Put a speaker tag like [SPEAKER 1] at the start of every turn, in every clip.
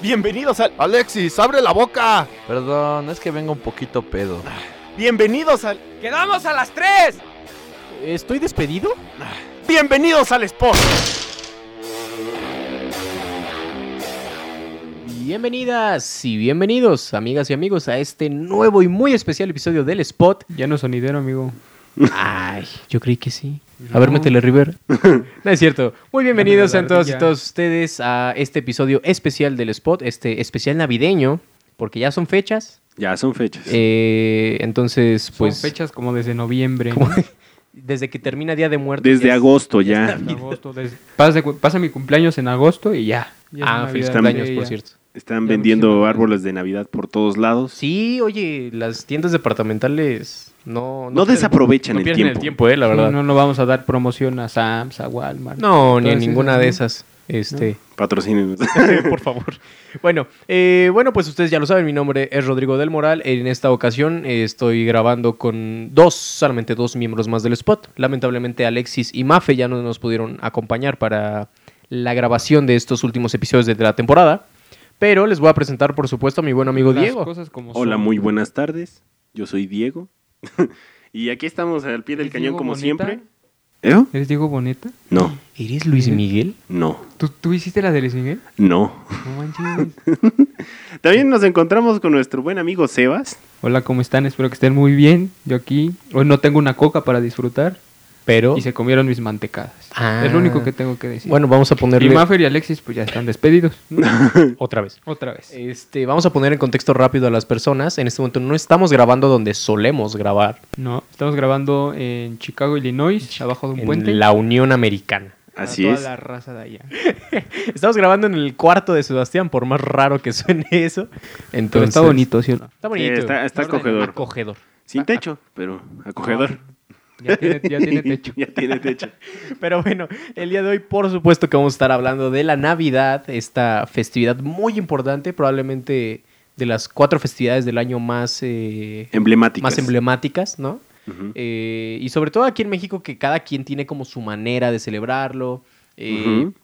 [SPEAKER 1] Bienvenidos al.
[SPEAKER 2] Alexis, abre la boca. Perdón, es que vengo un poquito pedo.
[SPEAKER 1] Bienvenidos al.
[SPEAKER 3] ¡Quedamos a las tres!
[SPEAKER 4] ¿Estoy despedido?
[SPEAKER 1] Bienvenidos al Sport.
[SPEAKER 4] Bienvenidas y bienvenidos, amigas y amigos, a este nuevo y muy especial episodio del Spot.
[SPEAKER 5] Ya no sonidero, amigo.
[SPEAKER 4] Ay, yo creí que sí. A ver, métele River. No es cierto. Muy bienvenidos
[SPEAKER 5] Dame
[SPEAKER 4] sean
[SPEAKER 5] la
[SPEAKER 4] todos y
[SPEAKER 5] ardilla.
[SPEAKER 4] todos ustedes a este episodio especial del Spot, este especial navideño, porque ya son fechas.
[SPEAKER 6] Ya son fechas.
[SPEAKER 4] Eh, entonces, pues.
[SPEAKER 5] Son fechas como desde noviembre.
[SPEAKER 4] como- desde que termina Día de Muertos.
[SPEAKER 6] Desde
[SPEAKER 4] ya es-
[SPEAKER 6] agosto ya.
[SPEAKER 5] De agosto, desde- pasa, cu- pasa mi cumpleaños en agosto y ya. Ya es
[SPEAKER 4] Ah,
[SPEAKER 5] Navidad.
[SPEAKER 4] feliz
[SPEAKER 6] Navidad.
[SPEAKER 4] cumpleaños,
[SPEAKER 5] Sí,
[SPEAKER 4] por
[SPEAKER 5] ya.
[SPEAKER 4] cierto.
[SPEAKER 6] Están
[SPEAKER 5] Ya
[SPEAKER 6] vendiendo
[SPEAKER 5] muchísimo.
[SPEAKER 6] árboles de Navidad por todos lados.
[SPEAKER 4] Sí, oye, las tiendas departamentales no...
[SPEAKER 6] No
[SPEAKER 4] pierden-
[SPEAKER 6] desaprovechan
[SPEAKER 4] no
[SPEAKER 6] el
[SPEAKER 4] pierden
[SPEAKER 6] tiempo.
[SPEAKER 4] eh, la
[SPEAKER 5] Sí,
[SPEAKER 4] verdad.
[SPEAKER 5] no,
[SPEAKER 4] No,
[SPEAKER 5] no vamos a dar promoción a Sam's, a Walmart.
[SPEAKER 4] ni a
[SPEAKER 5] Todas
[SPEAKER 4] ninguna
[SPEAKER 5] esas,
[SPEAKER 4] de
[SPEAKER 5] ¿no?
[SPEAKER 4] esas. Este,
[SPEAKER 6] Patrocínenos.
[SPEAKER 4] por favor. Bueno, eh, bueno, pues ustedes ya lo saben, mi nombre es Rodrigo del Moral. En esta ocasión eh, estoy grabando con dos, solamente dos miembros más del spot. Lamentablemente Alexis y Mafe ya no nos pudieron acompañar para la grabación de estos últimos episodios de la temporada. Pero les voy a presentar, por supuesto, a mi buen amigo
[SPEAKER 5] Las
[SPEAKER 4] Diego.
[SPEAKER 5] cosas como
[SPEAKER 6] Hola,
[SPEAKER 5] son.
[SPEAKER 6] muy buenas tardes. Yo soy Diego. y aquí estamos al pie del
[SPEAKER 5] ¿Eres
[SPEAKER 6] cañón
[SPEAKER 5] Diego
[SPEAKER 6] como
[SPEAKER 5] Boneta?
[SPEAKER 6] siempre. ¿Eh?
[SPEAKER 5] ¿Eres Diego Boneta?
[SPEAKER 6] No,
[SPEAKER 4] ¿Eres Luis Miguel?
[SPEAKER 6] no,
[SPEAKER 5] ¿Tú, tú hiciste la de Luis Miguel?
[SPEAKER 6] no.
[SPEAKER 5] No manches.
[SPEAKER 6] También nos encontramos con nuestro buen amigo Sebas.
[SPEAKER 5] Hola, ¿cómo están? Espero que estén muy bien. Yo aquí. Hoy no tengo una coca para disfrutar
[SPEAKER 4] Pero...
[SPEAKER 5] y se comieron mis mantecadas.
[SPEAKER 4] Ah.
[SPEAKER 5] Es lo único que tengo que decir.
[SPEAKER 4] Bueno, vamos a
[SPEAKER 5] y
[SPEAKER 4] ponerle
[SPEAKER 5] Maffer y Alexis pues ya están despedidos.
[SPEAKER 4] otra vez.
[SPEAKER 5] Otra vez.
[SPEAKER 4] Este, vamos a poner en contexto rápido a las personas. En este momento no estamos grabando donde solemos grabar,
[SPEAKER 5] No, estamos grabando en Chicago, Illinois, abajo de un
[SPEAKER 4] en
[SPEAKER 5] puente.
[SPEAKER 4] la Unión Americana.
[SPEAKER 5] Para
[SPEAKER 6] Así
[SPEAKER 5] Ah, toda
[SPEAKER 6] es.
[SPEAKER 5] la raza de allá.
[SPEAKER 4] Estamos grabando en el cuarto de Sebastián, por más raro que suene eso. Entonces,
[SPEAKER 5] Pero está bonito, ¿sí o no?
[SPEAKER 4] Está bonito.
[SPEAKER 6] Eh, está está
[SPEAKER 5] Orden,
[SPEAKER 6] acogedor.
[SPEAKER 4] acogedor.
[SPEAKER 6] Sin techo, pero acogedor.
[SPEAKER 5] Ya tiene, ya tiene techo.
[SPEAKER 6] ya tiene techo.
[SPEAKER 4] Pero bueno, el día de hoy, por supuesto que vamos a estar hablando de la Navidad, esta festividad muy importante, probablemente de las cuatro festividades del año más, eh,
[SPEAKER 6] Emblemáticas.
[SPEAKER 4] más emblemáticas, ¿no?
[SPEAKER 6] Ujú.
[SPEAKER 4] Eh, y sobre todo aquí en México, que cada quien tiene como su manera de celebrarlo. Eh,
[SPEAKER 6] Ujú.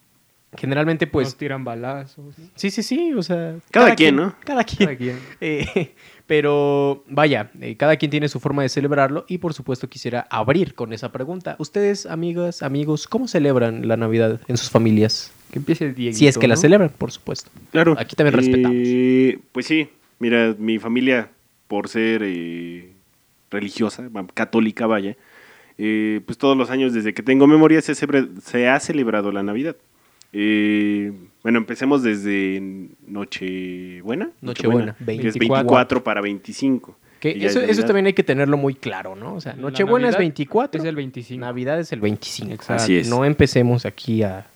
[SPEAKER 4] Generalmente,
[SPEAKER 5] Pues
[SPEAKER 4] pues.
[SPEAKER 5] tiran balazos. ¿no?
[SPEAKER 4] Sí, sí, sí. O sea.
[SPEAKER 6] Cada quien, ¿no?
[SPEAKER 4] Cada quien.
[SPEAKER 5] Cada quien.
[SPEAKER 4] Eh, pero vaya, eh, cada quien tiene su forma de celebrarlo. Y por supuesto, quisiera abrir con esa pregunta. Ustedes, amigas, amigos, ¿cómo celebran la Navidad en sus familias?
[SPEAKER 5] Que empiece el día.
[SPEAKER 4] si es que la celebran, por supuesto.
[SPEAKER 6] Claro.
[SPEAKER 4] Aquí también
[SPEAKER 6] respetamos. Pues sí, mira, mi familia, por ser eh, religiosa, va- católica, vaya, eh, pues todos los años desde que tengo memoria se, cebre- se ha celebrado la Navidad. Eh, bueno, empecemos desde Nochebuena.
[SPEAKER 4] Nochebuena,
[SPEAKER 6] que es
[SPEAKER 4] 24.
[SPEAKER 6] 24 para 25.
[SPEAKER 4] Que
[SPEAKER 6] Y ya
[SPEAKER 4] eso,
[SPEAKER 6] es
[SPEAKER 4] eso
[SPEAKER 6] Navidad.
[SPEAKER 4] también hay que tenerlo muy claro, ¿no? O sea, Nochebuena es 24.
[SPEAKER 5] Es el 25.
[SPEAKER 4] Navidad es el 25.
[SPEAKER 5] Exacto.
[SPEAKER 6] Así es.
[SPEAKER 4] No empecemos aquí a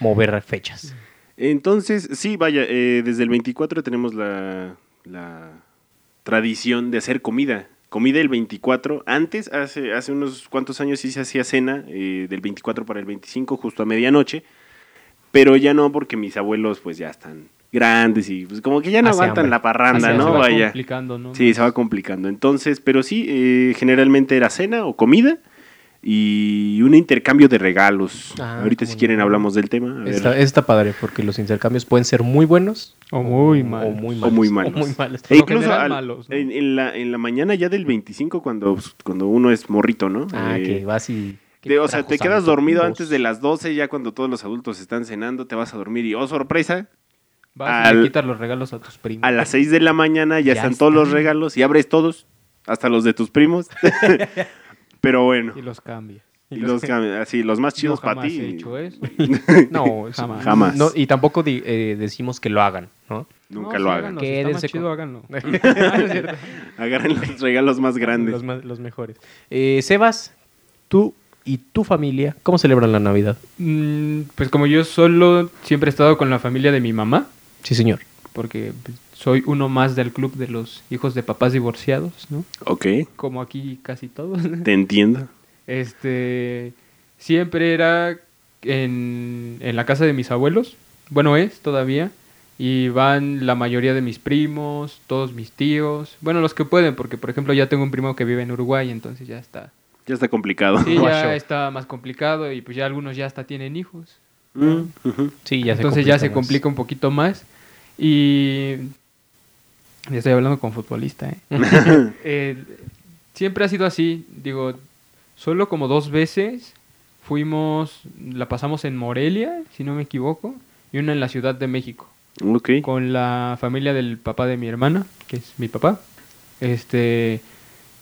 [SPEAKER 4] mover fechas.
[SPEAKER 6] Entonces, sí, vaya, eh, desde el 24 tenemos la, la tradición de hacer comida. Comida el 24. Antes, hace, hace unos cuantos años sí se hacía cena eh, del 24 para el 25, justo a medianoche. Pero ya no, porque mis abuelos pues ya están grandes y pues como que ya no
[SPEAKER 4] Hace
[SPEAKER 6] aguantan
[SPEAKER 4] hambre.
[SPEAKER 6] la parranda,
[SPEAKER 4] Hace
[SPEAKER 6] ¿no?
[SPEAKER 4] hambre.
[SPEAKER 6] Vaya.
[SPEAKER 5] Complicando, ¿no?
[SPEAKER 6] Sí, se va complicando. Entonces, pero sí, eh, generalmente era cena o comida y un intercambio de regalos.
[SPEAKER 4] Ah,
[SPEAKER 6] Ahorita
[SPEAKER 4] cómo
[SPEAKER 6] si
[SPEAKER 4] no.
[SPEAKER 6] quieren hablamos del tema. A ver.
[SPEAKER 4] Está, está padre, porque los intercambios pueden ser muy buenos
[SPEAKER 5] O muy
[SPEAKER 4] o
[SPEAKER 5] mal.
[SPEAKER 4] muy
[SPEAKER 6] O
[SPEAKER 4] malos.
[SPEAKER 6] muy malos.
[SPEAKER 4] o muy malos.
[SPEAKER 6] E
[SPEAKER 5] Por lo
[SPEAKER 6] incluso
[SPEAKER 5] general
[SPEAKER 6] al-
[SPEAKER 5] malos, ¿no?
[SPEAKER 6] en, en la, en la mañana ya del 25, cuando, cuando uno es morrito, ¿no?
[SPEAKER 4] Ah,
[SPEAKER 6] Eh,
[SPEAKER 4] que vas y... que
[SPEAKER 6] te- o sea,
[SPEAKER 4] trajo
[SPEAKER 6] te quedas
[SPEAKER 4] Santo
[SPEAKER 6] dormido
[SPEAKER 4] Claus.
[SPEAKER 6] antes de las 12, ya cuando todos los adultos están cenando, te vas a dormir y, oh, sorpresa,
[SPEAKER 5] Vas y
[SPEAKER 6] al-
[SPEAKER 5] le quitas los regalos a tus primos.
[SPEAKER 6] a las 6 de la mañana ya,
[SPEAKER 4] Ya
[SPEAKER 6] están todos los
[SPEAKER 4] están.
[SPEAKER 6] regalos y abres todos, hasta los de tus primos. Pero bueno,
[SPEAKER 5] Y los cambias.
[SPEAKER 6] y los, cam- así, los más chidos
[SPEAKER 5] Yo jamás
[SPEAKER 6] para ti.
[SPEAKER 5] he hecho ¿eh? eso.
[SPEAKER 4] No,
[SPEAKER 5] Jamás.
[SPEAKER 6] Jamás.
[SPEAKER 4] no, y tampoco di- eh, decimos que lo hagan, ¿no?
[SPEAKER 6] Nunca
[SPEAKER 5] No, sí,
[SPEAKER 6] lo hagan.
[SPEAKER 5] háganlo, si está
[SPEAKER 4] Quédense
[SPEAKER 5] más chido,
[SPEAKER 4] con-
[SPEAKER 5] háganlo.
[SPEAKER 6] Agarren los regalos más grandes.
[SPEAKER 4] Los, ma- los mejores. Eh, Sebas, tú y tu familia, ¿cómo celebran la Navidad?
[SPEAKER 5] Mm, Pues como yo solo siempre he estado con la familia de mi mamá,
[SPEAKER 4] Sí, señor.
[SPEAKER 5] porque pues, soy uno más del club de los hijos de papás divorciados, ¿no?
[SPEAKER 6] Ok,
[SPEAKER 5] Como aquí casi todos.
[SPEAKER 6] te entiendo.
[SPEAKER 5] Este, siempre era en, en la casa de mis abuelos, bueno es todavía, y van la mayoría de mis primos, todos mis tíos, bueno los que pueden, porque por ejemplo ya tengo un primo que vive en Uruguay, entonces ya está.
[SPEAKER 6] Ya está complicado.
[SPEAKER 5] Sí,
[SPEAKER 4] Guacho.
[SPEAKER 5] ya está más complicado y pues ya algunos ya hasta tienen hijos.
[SPEAKER 6] Mm, ujú.
[SPEAKER 4] Sí, ya
[SPEAKER 5] Entonces ya se
[SPEAKER 4] más.
[SPEAKER 5] complica un poquito más. Y ya estoy hablando con futbolista, ¿eh? Eh, siempre ha sido así, digo, solo como dos veces fuimos, la pasamos en Morelia, si no me equivoco, y una en la Ciudad de México,
[SPEAKER 6] Ok.
[SPEAKER 5] con la familia del papá de mi hermana, que es mi papá. Este,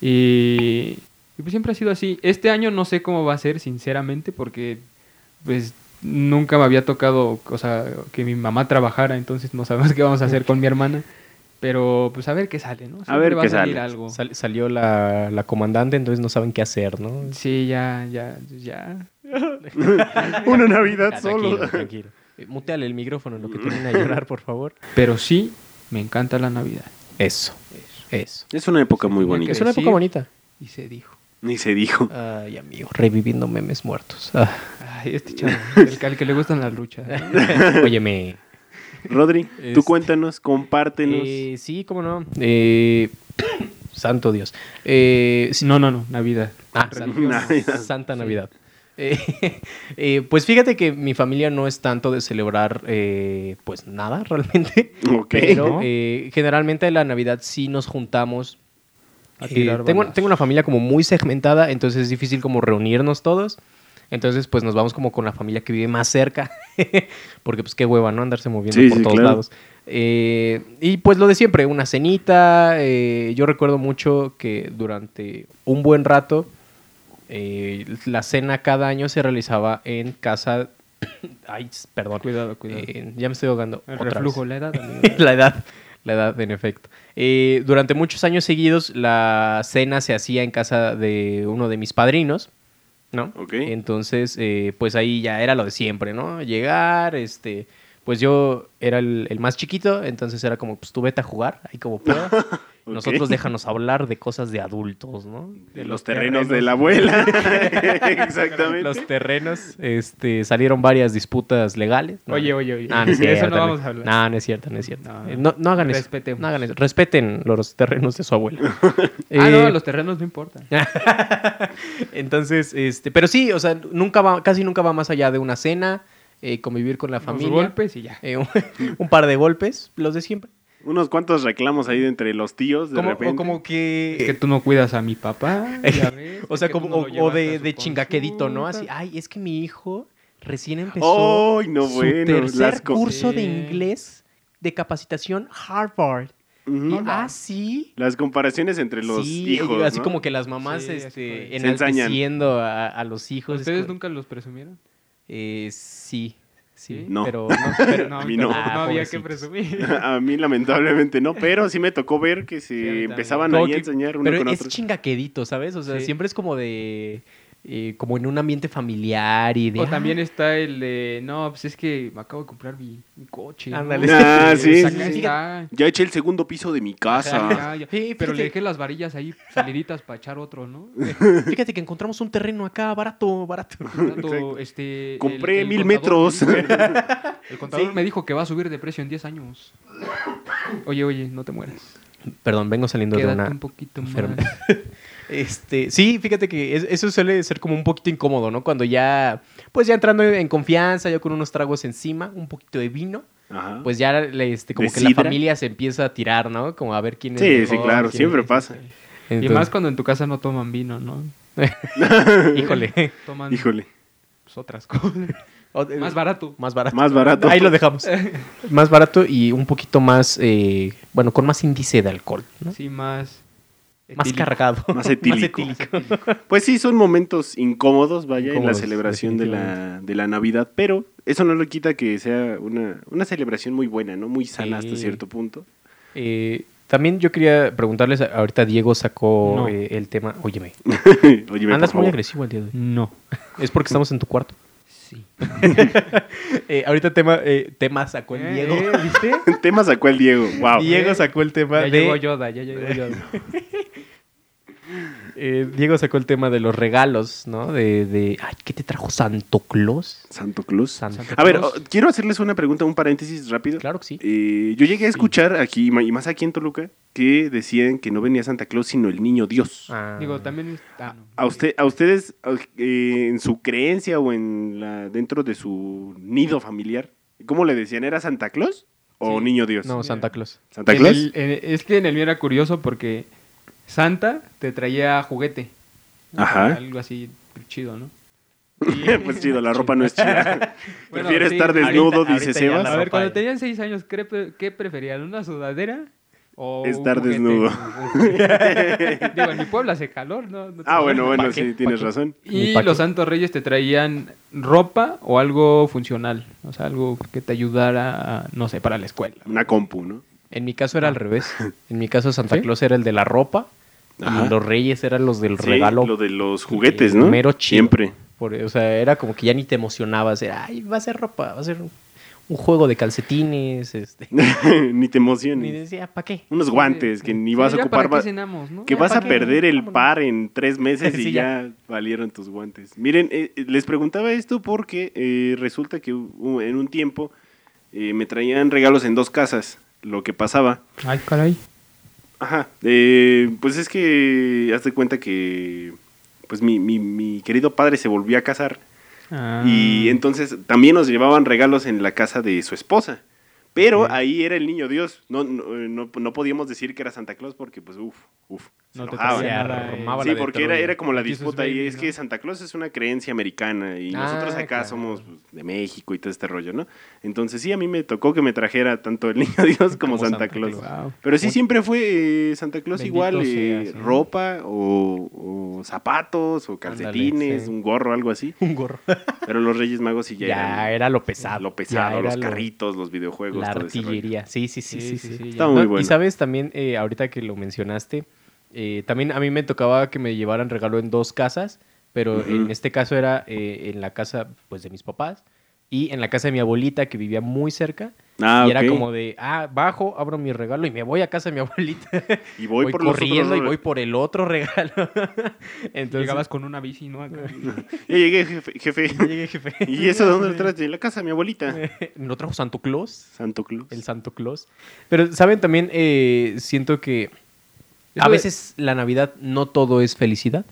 [SPEAKER 5] y, y pues siempre ha sido así. Este año no sé cómo va a ser, sinceramente, porque pues nunca me había tocado, o sea, que mi mamá trabajara, entonces no sabemos qué vamos a hacer con mi hermana. Pero pues a ver qué sale, ¿no? Siempre
[SPEAKER 6] ver
[SPEAKER 5] va
[SPEAKER 6] qué
[SPEAKER 5] salir
[SPEAKER 6] sale.
[SPEAKER 5] algo.
[SPEAKER 4] Sal- salió la, la comandante, entonces no saben qué hacer, ¿no?
[SPEAKER 5] Sí, ya, ya, ya.
[SPEAKER 6] Una Navidad
[SPEAKER 4] Ah, Tranquilo,
[SPEAKER 6] solo.
[SPEAKER 4] tranquilo. Eh, Muteale el micrófono, lo que termina de llorar, por favor.
[SPEAKER 5] Pero sí, me encanta la Navidad.
[SPEAKER 4] Eso, eso.
[SPEAKER 6] Es una época muy bonita.
[SPEAKER 4] Es una
[SPEAKER 5] decir.
[SPEAKER 4] época bonita.
[SPEAKER 5] Y se dijo.
[SPEAKER 6] Ni se dijo.
[SPEAKER 4] Ay, amigo, reviviendo memes muertos. Ah.
[SPEAKER 5] Ay, este chavo, el, al que le gustan las luchas.
[SPEAKER 4] Óyeme.
[SPEAKER 6] Rodri,
[SPEAKER 4] Este-
[SPEAKER 6] tú cuéntanos, compártenos.
[SPEAKER 4] Eh, sí, cómo no. Eh, santo Dios. Eh, sí-
[SPEAKER 5] No, no, no, Navidad.
[SPEAKER 4] ah,
[SPEAKER 6] religión.
[SPEAKER 4] Santa- Santa Navidad. Eh, eh, pues fíjate que mi familia no es tanto de celebrar eh, pues nada realmente.
[SPEAKER 6] ok.
[SPEAKER 4] Pero
[SPEAKER 5] ¿No?
[SPEAKER 4] eh, generalmente la Navidad sí nos juntamos.
[SPEAKER 5] A
[SPEAKER 4] Eh,
[SPEAKER 5] tirar
[SPEAKER 4] tengo,
[SPEAKER 5] balas.
[SPEAKER 4] tengo una familia como muy segmentada, entonces es difícil como reunirnos todos. Entonces pues nos vamos como con la familia que vive más cerca, porque pues qué hueva, ¿no? Andarse moviendo
[SPEAKER 6] Sí,
[SPEAKER 4] por
[SPEAKER 6] sí,
[SPEAKER 4] todos
[SPEAKER 6] claro.
[SPEAKER 4] lados. Eh, y pues lo de siempre, una cenita. eh, yo recuerdo mucho que durante un buen rato eh, la cena cada año se realizaba en casa... Ay, perdón.
[SPEAKER 5] Cuidado, cuidado.
[SPEAKER 4] Eh, ya me estoy ahogando.
[SPEAKER 5] el
[SPEAKER 4] otra vez
[SPEAKER 5] reflujo, la edad. amigo.
[SPEAKER 4] la edad, la edad, en efecto. Eh, durante muchos años seguidos, la cena se hacía en casa de uno de mis padrinos, ¿no?
[SPEAKER 6] Ok.
[SPEAKER 4] Entonces, eh, pues ahí ya era lo de siempre, ¿no? Llegar, este. Pues yo era el, el más chiquito, entonces era como, pues tú vete a jugar, ahí como puedas. Nosotros déjanos hablar de cosas de adultos, ¿no?
[SPEAKER 6] De los terrenos de la abuela. Exactamente.
[SPEAKER 4] Los terrenos, este, salieron varias disputas legales. ¿no?
[SPEAKER 5] Oye, oye, oye.
[SPEAKER 4] Ah, no es
[SPEAKER 5] de eso
[SPEAKER 4] cierto,
[SPEAKER 5] no vamos a hablar.
[SPEAKER 4] No, no es cierto, no es cierto.
[SPEAKER 5] No.
[SPEAKER 4] Eh, No, no hagan eso.
[SPEAKER 5] Respetemos.
[SPEAKER 4] No hagan eso. Respeten los terrenos de su abuela.
[SPEAKER 5] Ah, no,
[SPEAKER 4] Eh,
[SPEAKER 5] los terrenos no importan.
[SPEAKER 4] Entonces, este, pero sí, o sea, nunca va, casi nunca va más allá de una cena, eh, convivir con la
[SPEAKER 5] Los
[SPEAKER 4] familia.
[SPEAKER 5] golpes y ya.
[SPEAKER 4] eh, un, un par de golpes, los de siempre.
[SPEAKER 6] Unos cuantos reclamos ahí de entre los tíos de
[SPEAKER 4] Como,
[SPEAKER 6] repente.
[SPEAKER 4] o como que.
[SPEAKER 5] Es que tú no cuidas a mi papá. ya
[SPEAKER 4] Eh.
[SPEAKER 5] ves,
[SPEAKER 4] o
[SPEAKER 5] es
[SPEAKER 4] sea,
[SPEAKER 5] que
[SPEAKER 4] como,
[SPEAKER 5] tú no lo
[SPEAKER 4] o- o
[SPEAKER 5] llevaste a
[SPEAKER 4] de,
[SPEAKER 5] su
[SPEAKER 4] de chingaquedito, ¿no? Así, ah,
[SPEAKER 5] consulta.
[SPEAKER 4] ay, es que mi hijo recién empezó.
[SPEAKER 6] ¡Ay, no
[SPEAKER 4] su
[SPEAKER 6] bueno!
[SPEAKER 4] tercer
[SPEAKER 6] Las co-
[SPEAKER 4] curso de
[SPEAKER 5] Sí.
[SPEAKER 4] inglés de capacitación Harvard.
[SPEAKER 6] Ujú.
[SPEAKER 4] Y, ah, sí.
[SPEAKER 6] Las comparaciones entre Mm. los
[SPEAKER 4] sí,
[SPEAKER 6] hijos.
[SPEAKER 4] así
[SPEAKER 6] ¿no?
[SPEAKER 4] como que las mamás
[SPEAKER 5] Sí, así
[SPEAKER 4] este,
[SPEAKER 6] como- Se
[SPEAKER 4] enalteciendo a, a los hijos. es
[SPEAKER 5] ¿Ustedes
[SPEAKER 4] como-
[SPEAKER 5] nunca los presumieron?
[SPEAKER 4] Eh, sí, sí.
[SPEAKER 5] ¿Sí?
[SPEAKER 6] No.
[SPEAKER 4] Pero, no, pero-
[SPEAKER 5] No,
[SPEAKER 6] a mí no.
[SPEAKER 5] tampoco,
[SPEAKER 4] Ah,
[SPEAKER 5] no había que
[SPEAKER 4] pobrecitos.
[SPEAKER 5] presumir.
[SPEAKER 6] A mí lamentablemente no, pero sí me tocó ver que
[SPEAKER 5] a mí
[SPEAKER 6] se
[SPEAKER 5] también.
[SPEAKER 6] empezaban
[SPEAKER 4] Como
[SPEAKER 6] ahí a
[SPEAKER 4] que-
[SPEAKER 6] enseñar uno
[SPEAKER 4] pero
[SPEAKER 6] con
[SPEAKER 4] es
[SPEAKER 6] otro.
[SPEAKER 4] chingaquedito, ¿sabes? O sea,
[SPEAKER 5] Sí.
[SPEAKER 4] siempre es como de... eh, como en un ambiente familiar y de...
[SPEAKER 5] O
[SPEAKER 4] ah,
[SPEAKER 5] también está el de, no, pues es que me acabo de comprar mi, mi coche. ¿no?
[SPEAKER 4] Ándale.
[SPEAKER 6] Ah,
[SPEAKER 5] Pues
[SPEAKER 6] sí,
[SPEAKER 5] acá
[SPEAKER 6] sí, sí.
[SPEAKER 5] está.
[SPEAKER 6] Ya eché el segundo piso de mi casa.
[SPEAKER 5] Ya, ya.
[SPEAKER 4] Sí,
[SPEAKER 5] Pero le
[SPEAKER 4] fíjate.
[SPEAKER 5] dejé las varillas ahí saliditas para echar otro, ¿no?
[SPEAKER 4] Fíjate que encontramos un terreno acá barato, barato.
[SPEAKER 5] Tanto, este, el-
[SPEAKER 6] Compré
[SPEAKER 5] el
[SPEAKER 6] mil
[SPEAKER 5] contador
[SPEAKER 6] metros.
[SPEAKER 5] me dijo- el contador
[SPEAKER 4] Sí.
[SPEAKER 5] me dijo que va a subir de precio en 10 años. Oye, oye, no te mueras.
[SPEAKER 4] Perdón, vengo saliendo
[SPEAKER 5] Quédate
[SPEAKER 4] de
[SPEAKER 5] un
[SPEAKER 4] una...
[SPEAKER 5] poquito
[SPEAKER 4] enfermedad.
[SPEAKER 5] más.
[SPEAKER 4] Este, sí, fíjate que es- eso suele ser como un poquito incómodo, ¿no? Cuando ya, pues ya entrando en confianza, yo con unos tragos encima, un poquito de vino,
[SPEAKER 6] Ajá.
[SPEAKER 4] pues ya le- este, como
[SPEAKER 6] ¿De
[SPEAKER 4] que la
[SPEAKER 6] sidra?
[SPEAKER 4] familia se empieza a tirar, ¿no? Como a ver quién es
[SPEAKER 6] sí, sí,
[SPEAKER 4] mejor,
[SPEAKER 6] claro,
[SPEAKER 4] quién-
[SPEAKER 6] siempre pasa.
[SPEAKER 5] Y
[SPEAKER 4] Entonces-
[SPEAKER 5] más cuando en tu casa no toman vino, ¿no?
[SPEAKER 4] Híjole.
[SPEAKER 5] Toman
[SPEAKER 6] Híjole,
[SPEAKER 5] pues, otras cosas. Más barato.
[SPEAKER 4] Más barato.
[SPEAKER 6] más barato.
[SPEAKER 4] Ahí lo dejamos. más barato y un poquito más, eh, bueno, con más índice de alcohol, ¿no?
[SPEAKER 5] Sí, más...
[SPEAKER 4] Más
[SPEAKER 5] etílico.
[SPEAKER 4] cargado.
[SPEAKER 6] Más etílico.
[SPEAKER 4] Más
[SPEAKER 6] Pues sí, son momentos incómodos, vaya, en la
[SPEAKER 4] Incómodos,
[SPEAKER 6] celebración de la, de la Navidad, pero eso no le quita que sea una, una celebración muy buena, ¿no? Muy sana
[SPEAKER 4] Sí.
[SPEAKER 6] hasta cierto punto.
[SPEAKER 4] Eh, también yo quería preguntarles, ahorita Diego sacó
[SPEAKER 5] No.
[SPEAKER 4] eh, el tema, óyeme,
[SPEAKER 6] Oye, ve,
[SPEAKER 4] andas
[SPEAKER 6] por
[SPEAKER 4] muy
[SPEAKER 6] favor.
[SPEAKER 4] agresivo el día de hoy.
[SPEAKER 5] No.
[SPEAKER 4] Es porque estamos en tu cuarto.
[SPEAKER 5] Sí.
[SPEAKER 4] Eh, ahorita tema, eh, tema sacó el
[SPEAKER 5] Eh,
[SPEAKER 4] Diego.
[SPEAKER 5] eh, ¿Viste?
[SPEAKER 6] Tema sacó el Diego, wow.
[SPEAKER 4] Diego sacó el tema
[SPEAKER 5] Ya llegó
[SPEAKER 4] de
[SPEAKER 5] Yoda, ya llegó Yoda.
[SPEAKER 4] eh, Diego sacó el tema de los regalos, ¿no? De, de ay, ¿qué te trajo Santo Claus?
[SPEAKER 6] Santo Claus.
[SPEAKER 4] Santo
[SPEAKER 6] A ver,
[SPEAKER 4] Claus.
[SPEAKER 6] oh, quiero hacerles una pregunta, un paréntesis rápido.
[SPEAKER 4] claro que sí.
[SPEAKER 6] Eh, yo llegué a escuchar aquí, y más aquí en Toluca, que decían que no venía Santa Claus, sino el niño Dios.
[SPEAKER 4] Ah.
[SPEAKER 5] Digo, también está... no.
[SPEAKER 6] ¿A, usted, a ustedes, a- eh, en su creencia o en la, dentro de su nido familiar, ¿cómo le decían? ¿Era Santa Claus? o
[SPEAKER 5] Sí.
[SPEAKER 6] Niño Dios?
[SPEAKER 4] No, Santa Claus.
[SPEAKER 6] ¿Santa
[SPEAKER 5] En
[SPEAKER 6] Claus?
[SPEAKER 5] el- en- es que en el mío era curioso porque Santa te traía juguete.
[SPEAKER 6] Ajá.
[SPEAKER 5] Algo así chido, ¿no?
[SPEAKER 6] pues chido, la ropa no es chida.
[SPEAKER 5] Bueno,
[SPEAKER 6] Prefiero
[SPEAKER 5] sí,
[SPEAKER 6] estar
[SPEAKER 5] ahorita-
[SPEAKER 6] desnudo,
[SPEAKER 2] ahorita ya
[SPEAKER 6] dice
[SPEAKER 2] la
[SPEAKER 6] Sebas.
[SPEAKER 5] A
[SPEAKER 2] ropa
[SPEAKER 5] ver, cuando
[SPEAKER 2] ahí.
[SPEAKER 5] tenían seis años, ¿qué, pre- qué preferían? ¿Una sudadera o un
[SPEAKER 6] Estar
[SPEAKER 5] juguete?
[SPEAKER 6] desnudo.
[SPEAKER 5] Digo, en mi pueblo hace calor, ¿no? No te-
[SPEAKER 6] Ah, bueno,
[SPEAKER 4] ¿Pa'
[SPEAKER 6] bueno,
[SPEAKER 4] qué?
[SPEAKER 6] sí,
[SPEAKER 4] ¿Pa'
[SPEAKER 6] tienes
[SPEAKER 4] qué?
[SPEAKER 6] razón.
[SPEAKER 4] Ni
[SPEAKER 5] Y
[SPEAKER 4] pa' qué.
[SPEAKER 5] los santos reyes te traían ropa o algo funcional, o sea, algo que te ayudara, no sé, para la escuela.
[SPEAKER 6] Una compu, ¿no?
[SPEAKER 4] En mi caso era al revés. En mi caso Santa
[SPEAKER 5] Ah. ¿Sí?
[SPEAKER 4] Claus era el de la ropa
[SPEAKER 6] Ajá.
[SPEAKER 4] y los reyes eran los del
[SPEAKER 6] Sí,
[SPEAKER 4] regalo.
[SPEAKER 6] lo de los juguetes, ¿no?
[SPEAKER 4] Mero chido.
[SPEAKER 6] Siempre.
[SPEAKER 4] Por- o sea, era como que ya ni te emocionabas. Era, ay, va a ser ropa, va a ser un, un juego de calcetines. Este.
[SPEAKER 6] Ni te
[SPEAKER 4] Y
[SPEAKER 6] emociones.
[SPEAKER 4] decía, ¿para qué?
[SPEAKER 6] Unos guantes que ni vas a
[SPEAKER 5] Ya
[SPEAKER 6] ocupar.
[SPEAKER 5] ¿Para
[SPEAKER 6] va-
[SPEAKER 5] qué cenamos, no?
[SPEAKER 6] Que
[SPEAKER 5] Ya
[SPEAKER 6] vas a
[SPEAKER 5] para qué.
[SPEAKER 6] perder el par en tres meses y
[SPEAKER 4] Sí,
[SPEAKER 6] ya.
[SPEAKER 4] ya.
[SPEAKER 6] valieron tus guantes. Miren, eh, eh, les preguntaba esto porque eh, resulta que hu- en un tiempo eh, me traían regalos en dos casas. Lo que pasaba.
[SPEAKER 5] Ay, caray.
[SPEAKER 6] Ajá. eh, pues es que hazte cuenta que pues mi, mi- mi querido padre se volvió a casar
[SPEAKER 5] Ah.
[SPEAKER 6] y entonces también nos llevaban regalos en la casa de su esposa. Pero ahí era el niño Dios. No, no, eh, no- no podíamos decir que era Santa Claus porque pues uff, uff.
[SPEAKER 5] No te
[SPEAKER 4] Ah,
[SPEAKER 5] traía
[SPEAKER 4] se
[SPEAKER 5] nada, eh.
[SPEAKER 4] armaba
[SPEAKER 6] Sí,
[SPEAKER 4] la de
[SPEAKER 6] porque era,
[SPEAKER 4] Troya.
[SPEAKER 6] era como la
[SPEAKER 5] Jesus
[SPEAKER 6] disputa y
[SPEAKER 5] Baby,
[SPEAKER 6] es
[SPEAKER 5] ¿no?
[SPEAKER 6] que Santa Claus es una creencia americana y
[SPEAKER 4] Ah,
[SPEAKER 6] nosotros acá
[SPEAKER 4] claro.
[SPEAKER 6] somos pues, de México y todo este rollo, ¿no? Entonces sí, a mí me tocó que me trajera tanto el Niño Dios como,
[SPEAKER 4] Como
[SPEAKER 6] Santa,
[SPEAKER 4] Santa
[SPEAKER 6] Claus.
[SPEAKER 5] Wow.
[SPEAKER 6] Pero sí, siempre fue eh, Santa Claus
[SPEAKER 5] Bendito
[SPEAKER 6] igual,
[SPEAKER 5] sea,
[SPEAKER 6] eh,
[SPEAKER 5] sí.
[SPEAKER 6] ropa o, o zapatos o calcetines,
[SPEAKER 4] sí.
[SPEAKER 6] un gorro, algo así.
[SPEAKER 4] Un gorro.
[SPEAKER 6] Pero los Reyes Magos sí ya,
[SPEAKER 4] Ya,
[SPEAKER 6] eran
[SPEAKER 4] era lo pesado.
[SPEAKER 6] lo pesado,
[SPEAKER 4] Ya era
[SPEAKER 6] los
[SPEAKER 4] lo-
[SPEAKER 6] carritos, los videojuegos,
[SPEAKER 4] La
[SPEAKER 6] todo este ese rollo.
[SPEAKER 4] artillería. Sí, sí, sí, sí. sí,
[SPEAKER 5] ya.
[SPEAKER 6] Está muy
[SPEAKER 4] No,
[SPEAKER 6] bueno.
[SPEAKER 4] Y sabes también, eh, ahorita que lo mencionaste, eh, también a mí me tocaba que me llevaran regalo en dos casas, pero
[SPEAKER 6] Ujú.
[SPEAKER 4] en este caso era eh, en la casa pues de mis papás y en la casa de mi abuelita que vivía muy cerca.
[SPEAKER 6] Ah,
[SPEAKER 4] y era
[SPEAKER 6] ok.
[SPEAKER 4] como de, ah, bajo, abro mi regalo y me voy a casa de mi abuelita.
[SPEAKER 6] Y voy, por los otros
[SPEAKER 4] corriendo y
[SPEAKER 6] re-
[SPEAKER 4] voy por el otro regalo. Entonces,
[SPEAKER 5] Llegabas con una bici, ¿no? Acá.
[SPEAKER 6] Ya llegué, jefe. jefe.
[SPEAKER 4] llegué, jefe.
[SPEAKER 6] ¿Y eso de dónde lo traes? De la casa de mi abuelita.
[SPEAKER 4] ¿No trajo Santo Claus?
[SPEAKER 6] Santo Claus.
[SPEAKER 4] El Santo Claus. Pero, ¿saben? También eh, siento que
[SPEAKER 5] Eso
[SPEAKER 4] a
[SPEAKER 5] de-
[SPEAKER 4] veces la Navidad no todo es felicidad.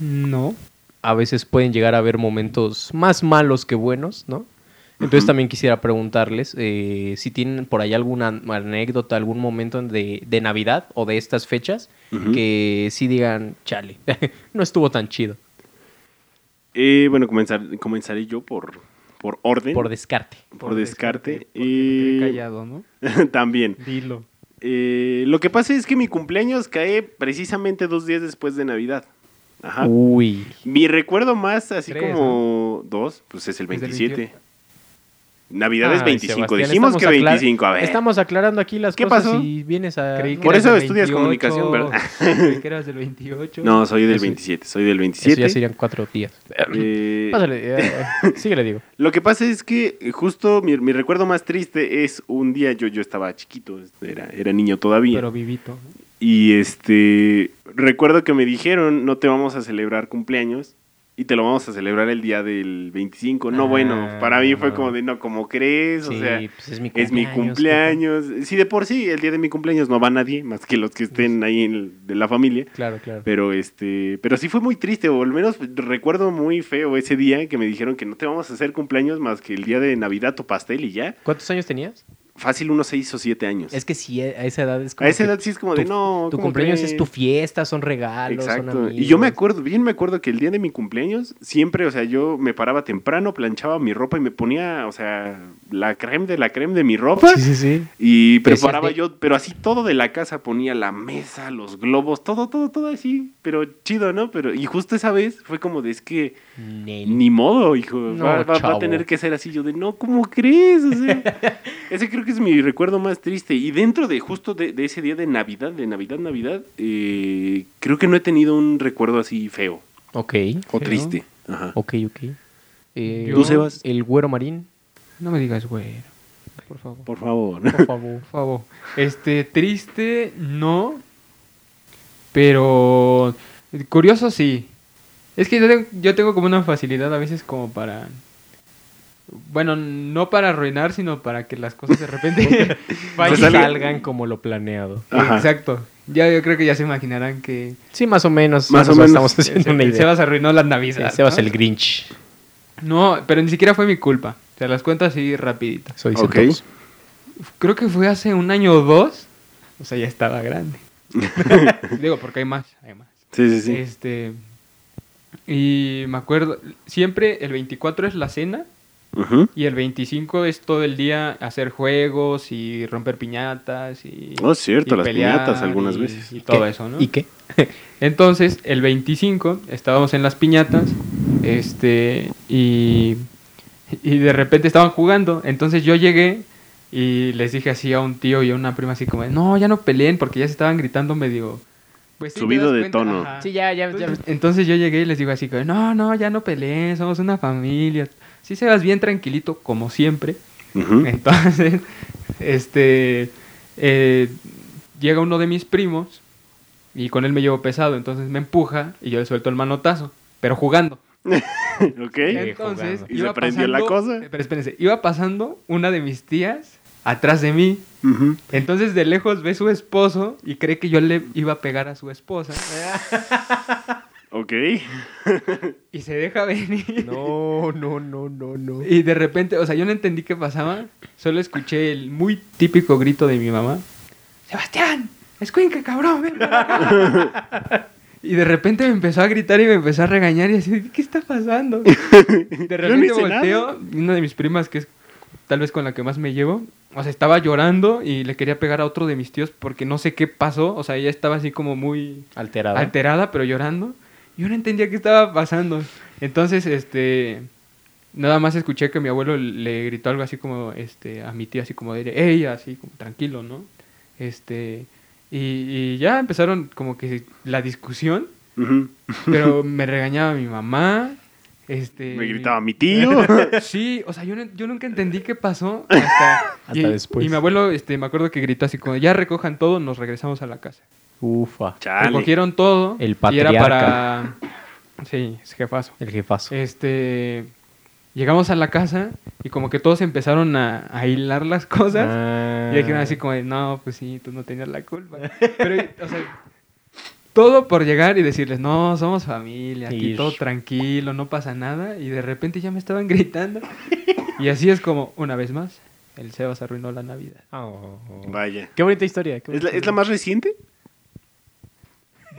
[SPEAKER 5] No.
[SPEAKER 4] a veces pueden llegar a haber momentos más malos que buenos, ¿no? Entonces
[SPEAKER 6] Ujú.
[SPEAKER 4] también quisiera preguntarles eh, si tienen por ahí alguna anécdota, algún momento de, de Navidad o de estas fechas
[SPEAKER 6] Ujú.
[SPEAKER 4] que sí digan, chale, no estuvo tan chido,
[SPEAKER 6] Eh, bueno, comenzar, comenzaré yo por, por orden,
[SPEAKER 4] por
[SPEAKER 6] por,
[SPEAKER 4] descarte.
[SPEAKER 6] descarte.
[SPEAKER 5] porque me
[SPEAKER 6] eh,
[SPEAKER 5] quedé callado, ¿no?
[SPEAKER 6] también.
[SPEAKER 5] Dilo.
[SPEAKER 6] Eh, lo que pasa es que mi cumpleaños cae precisamente dos días después de Navidad. Ajá.
[SPEAKER 4] Uh. Uy,
[SPEAKER 6] Mi recuerdo más, así
[SPEAKER 5] Tres,
[SPEAKER 6] como dos, pues es el
[SPEAKER 5] Es del
[SPEAKER 6] 27. Navidad es
[SPEAKER 4] Ay,
[SPEAKER 6] 25.
[SPEAKER 4] Sebastián,
[SPEAKER 6] Dijimos que
[SPEAKER 4] estamos aclar-
[SPEAKER 6] 25, a ver.
[SPEAKER 4] Estamos aclarando aquí las
[SPEAKER 6] ¿Qué
[SPEAKER 4] cosas
[SPEAKER 6] pasó?
[SPEAKER 4] y vienes a...
[SPEAKER 5] Creí que
[SPEAKER 6] Por
[SPEAKER 5] eras
[SPEAKER 6] eso
[SPEAKER 5] del
[SPEAKER 6] estudias
[SPEAKER 5] 28,
[SPEAKER 6] comunicación, ¿verdad?
[SPEAKER 5] creí que eras del 28.
[SPEAKER 6] No, soy del
[SPEAKER 4] Eso-
[SPEAKER 6] 27, soy del
[SPEAKER 4] Eso
[SPEAKER 6] 27.
[SPEAKER 4] ya serían cuatro días.
[SPEAKER 6] Eh,
[SPEAKER 4] Pásale, eh, síguele, digo.
[SPEAKER 6] Lo que pasa es que eh, justo mi, mi recuerdo más triste es un día, yo, yo estaba chiquito, era, era niño todavía.
[SPEAKER 5] Pero vivito.
[SPEAKER 6] Y este, recuerdo que me dijeron, no te vamos a celebrar cumpleaños y te lo vamos a celebrar el día del 25. No,
[SPEAKER 4] Ah,
[SPEAKER 6] bueno, para mí fue
[SPEAKER 4] no.
[SPEAKER 6] como de, no, como crees, o
[SPEAKER 4] Sí,
[SPEAKER 6] sea,
[SPEAKER 4] pues es mi
[SPEAKER 6] es mi cumpleaños. Sí, de por sí, el día de mi cumpleaños no va nadie, más que los que estén
[SPEAKER 4] Pues
[SPEAKER 6] ahí en el- de la familia.
[SPEAKER 4] Claro, claro.
[SPEAKER 6] Pero este, pero sí fue muy triste, o al menos recuerdo muy feo ese día que me dijeron que no te vamos a hacer cumpleaños más que el día de Navidad tu pastel y ya.
[SPEAKER 4] ¿Cuántos años tenías?
[SPEAKER 6] Fácil unos seis o siete años.
[SPEAKER 4] Es que sí, a esa edad es como.
[SPEAKER 6] a esa
[SPEAKER 4] que
[SPEAKER 6] edad sí es como de
[SPEAKER 4] tu-
[SPEAKER 6] no.
[SPEAKER 4] Tu
[SPEAKER 6] ¿cómo
[SPEAKER 4] cumpleaños
[SPEAKER 6] crees?"
[SPEAKER 4] es tu fiesta, son regalos. son
[SPEAKER 6] Exacto. Y yo
[SPEAKER 4] amigos.
[SPEAKER 6] me acuerdo, bien me acuerdo que el día de mi cumpleaños, siempre, o sea, yo me paraba temprano, planchaba mi ropa y me ponía, o sea, la creme de la creme de mi ropa.
[SPEAKER 4] Sí, sí, sí.
[SPEAKER 6] Y
[SPEAKER 4] Decías
[SPEAKER 6] preparaba
[SPEAKER 4] de-
[SPEAKER 6] yo, pero así todo de la casa, ponía la mesa, los globos, todo, todo, todo así, pero chido, ¿no? Pero, y justo esa vez fue como de, es que,
[SPEAKER 4] Nel.
[SPEAKER 6] ni modo, hijo,
[SPEAKER 4] No,
[SPEAKER 6] va, va- va a
[SPEAKER 4] chavo.
[SPEAKER 6] tener que ser así, yo de, no, ¿cómo crees? O sea, ese creo que es mi recuerdo más triste, y dentro de justo de, de ese día de Navidad, de Navidad, Navidad, eh, creo que no he tenido un recuerdo así feo
[SPEAKER 4] Ok,
[SPEAKER 6] o
[SPEAKER 5] Feo.
[SPEAKER 6] triste. Ajá.
[SPEAKER 4] ok, ok. Eh,
[SPEAKER 5] Yo- ¿Tú,
[SPEAKER 6] Sebas?
[SPEAKER 4] El güero marín,
[SPEAKER 5] No me digas, güey. Por favor.
[SPEAKER 6] Por favor.
[SPEAKER 4] por favor.
[SPEAKER 5] Por favor. Este, triste, no. Pero curioso, sí. Es que yo tengo, yo tengo como una facilidad a veces como para... Bueno, no para arruinar, sino para que las cosas de repente
[SPEAKER 4] Vayan
[SPEAKER 5] vayan
[SPEAKER 4] y
[SPEAKER 6] sale-
[SPEAKER 4] salgan como lo planeado.
[SPEAKER 6] Ajá.
[SPEAKER 5] Exacto. Ya yo creo que ya se imaginarán que
[SPEAKER 4] Sí, más o menos.
[SPEAKER 6] Más
[SPEAKER 4] nos
[SPEAKER 6] o menos.
[SPEAKER 4] Estamos haciendo una
[SPEAKER 5] el
[SPEAKER 4] idea.
[SPEAKER 5] Sebas arruinó las navidades.
[SPEAKER 4] Sí, Sebas
[SPEAKER 5] ¿no?
[SPEAKER 4] el Grinch.
[SPEAKER 5] No, pero ni siquiera fue mi culpa. Te las cuento así rapidito.
[SPEAKER 4] Soy
[SPEAKER 6] Ok.
[SPEAKER 4] okay.
[SPEAKER 5] creo que fue hace un año o dos. O sea, ya estaba grande. Digo, porque hay más, hay más.
[SPEAKER 6] Sí, sí, sí.
[SPEAKER 5] Este. Y me acuerdo, siempre el 24 es la cena
[SPEAKER 6] Ujú.
[SPEAKER 5] y el 25 es todo el día hacer juegos y romper piñatas y.
[SPEAKER 6] Oh, es cierto,
[SPEAKER 5] y
[SPEAKER 6] las
[SPEAKER 5] pelear
[SPEAKER 6] piñatas algunas
[SPEAKER 5] y-
[SPEAKER 6] veces.
[SPEAKER 5] Y todo eso, ¿no?
[SPEAKER 4] ¿Y qué?
[SPEAKER 5] Entonces, el 25 estábamos en las piñatas, este, y, y de repente estaban jugando. Entonces yo llegué y les dije así a un tío y a una prima así como, no, ya no peleen porque ya se estaban gritando medio... Pues, sí, te
[SPEAKER 6] Subido
[SPEAKER 5] das
[SPEAKER 6] de
[SPEAKER 5] cuenta,
[SPEAKER 6] tono.
[SPEAKER 5] ajá.
[SPEAKER 3] Sí, ya, ya, ya.
[SPEAKER 5] Entonces, entonces yo llegué y les digo así como, no, no, ya no peleen, somos una familia. Si se vas bien tranquilito, como siempre.
[SPEAKER 6] Ujú.
[SPEAKER 5] Entonces, este, eh, llega uno de mis primos y con él me llevo pesado, entonces me empuja y yo le suelto el manotazo, pero jugando.
[SPEAKER 6] ok.
[SPEAKER 5] Entonces,
[SPEAKER 4] jugando.
[SPEAKER 6] ¿Y se prendió la cosa?
[SPEAKER 5] eh, Pero espérense, iba pasando una de mis tías atrás de mí.
[SPEAKER 6] Ujú.
[SPEAKER 5] Entonces de lejos ve su esposo y cree que yo le iba a pegar a su esposa
[SPEAKER 6] Ok.
[SPEAKER 5] y se deja venir.
[SPEAKER 4] No, no, no, no, no.
[SPEAKER 5] Y de repente, o sea, yo no entendí qué pasaba, solo escuché el muy típico grito de mi mamá. Sebastián, escuinca, cabrón, ven para acá". Y de repente me empezó a gritar y me empezó a regañar y así, ¿qué está pasando? De repente
[SPEAKER 6] hice nada.
[SPEAKER 5] volteo, y una de mis primas, que es tal vez con la que más me llevo, o sea, estaba llorando y le quería pegar a otro de mis tíos porque no sé qué pasó, o sea, ella estaba así como muy
[SPEAKER 4] Alterado.
[SPEAKER 5] alterada, pero llorando. Yo no entendía qué estaba pasando. Entonces, este, nada más escuché que mi abuelo le gritó algo así como, este, a mi tía, así como de, ella, así como tranquilo, ¿no? Este, y, y ya empezaron como que la discusión,
[SPEAKER 6] Ujú.
[SPEAKER 5] pero me regañaba mi mamá, este.
[SPEAKER 6] Me gritaba mi tío.
[SPEAKER 5] Sí, o sea, yo, no- yo nunca entendí qué pasó hasta,
[SPEAKER 4] Hasta después.
[SPEAKER 5] Y mi abuelo, este, me acuerdo que gritó así como, ya recojan todo, nos regresamos a la casa.
[SPEAKER 4] Ufa.
[SPEAKER 6] Chale.
[SPEAKER 5] Recogieron todo.
[SPEAKER 4] El
[SPEAKER 5] Y era
[SPEAKER 4] patriarca.
[SPEAKER 5] para... Sí, es jefazo.
[SPEAKER 4] El jefazo.
[SPEAKER 5] Este... Llegamos a la casa y como que todos empezaron a, a hilar las cosas.
[SPEAKER 4] Ah.
[SPEAKER 5] Y dijeron
[SPEAKER 6] "Ah,
[SPEAKER 5] así como de, no, pues sí, tú no tenías la culpa. Pero, o sea, todo por llegar y decirles, no, somos familia, aquí
[SPEAKER 4] Ish.
[SPEAKER 5] todo tranquilo, no pasa nada. Y de repente ya me estaban gritando. Y así es como, una vez más, el Sebas arruinó la Navidad.
[SPEAKER 4] Oh.
[SPEAKER 6] Vaya.
[SPEAKER 4] Qué bonita historia. qué
[SPEAKER 6] ¿Es
[SPEAKER 4] bonita
[SPEAKER 6] la, es la
[SPEAKER 4] historia.
[SPEAKER 6] más reciente?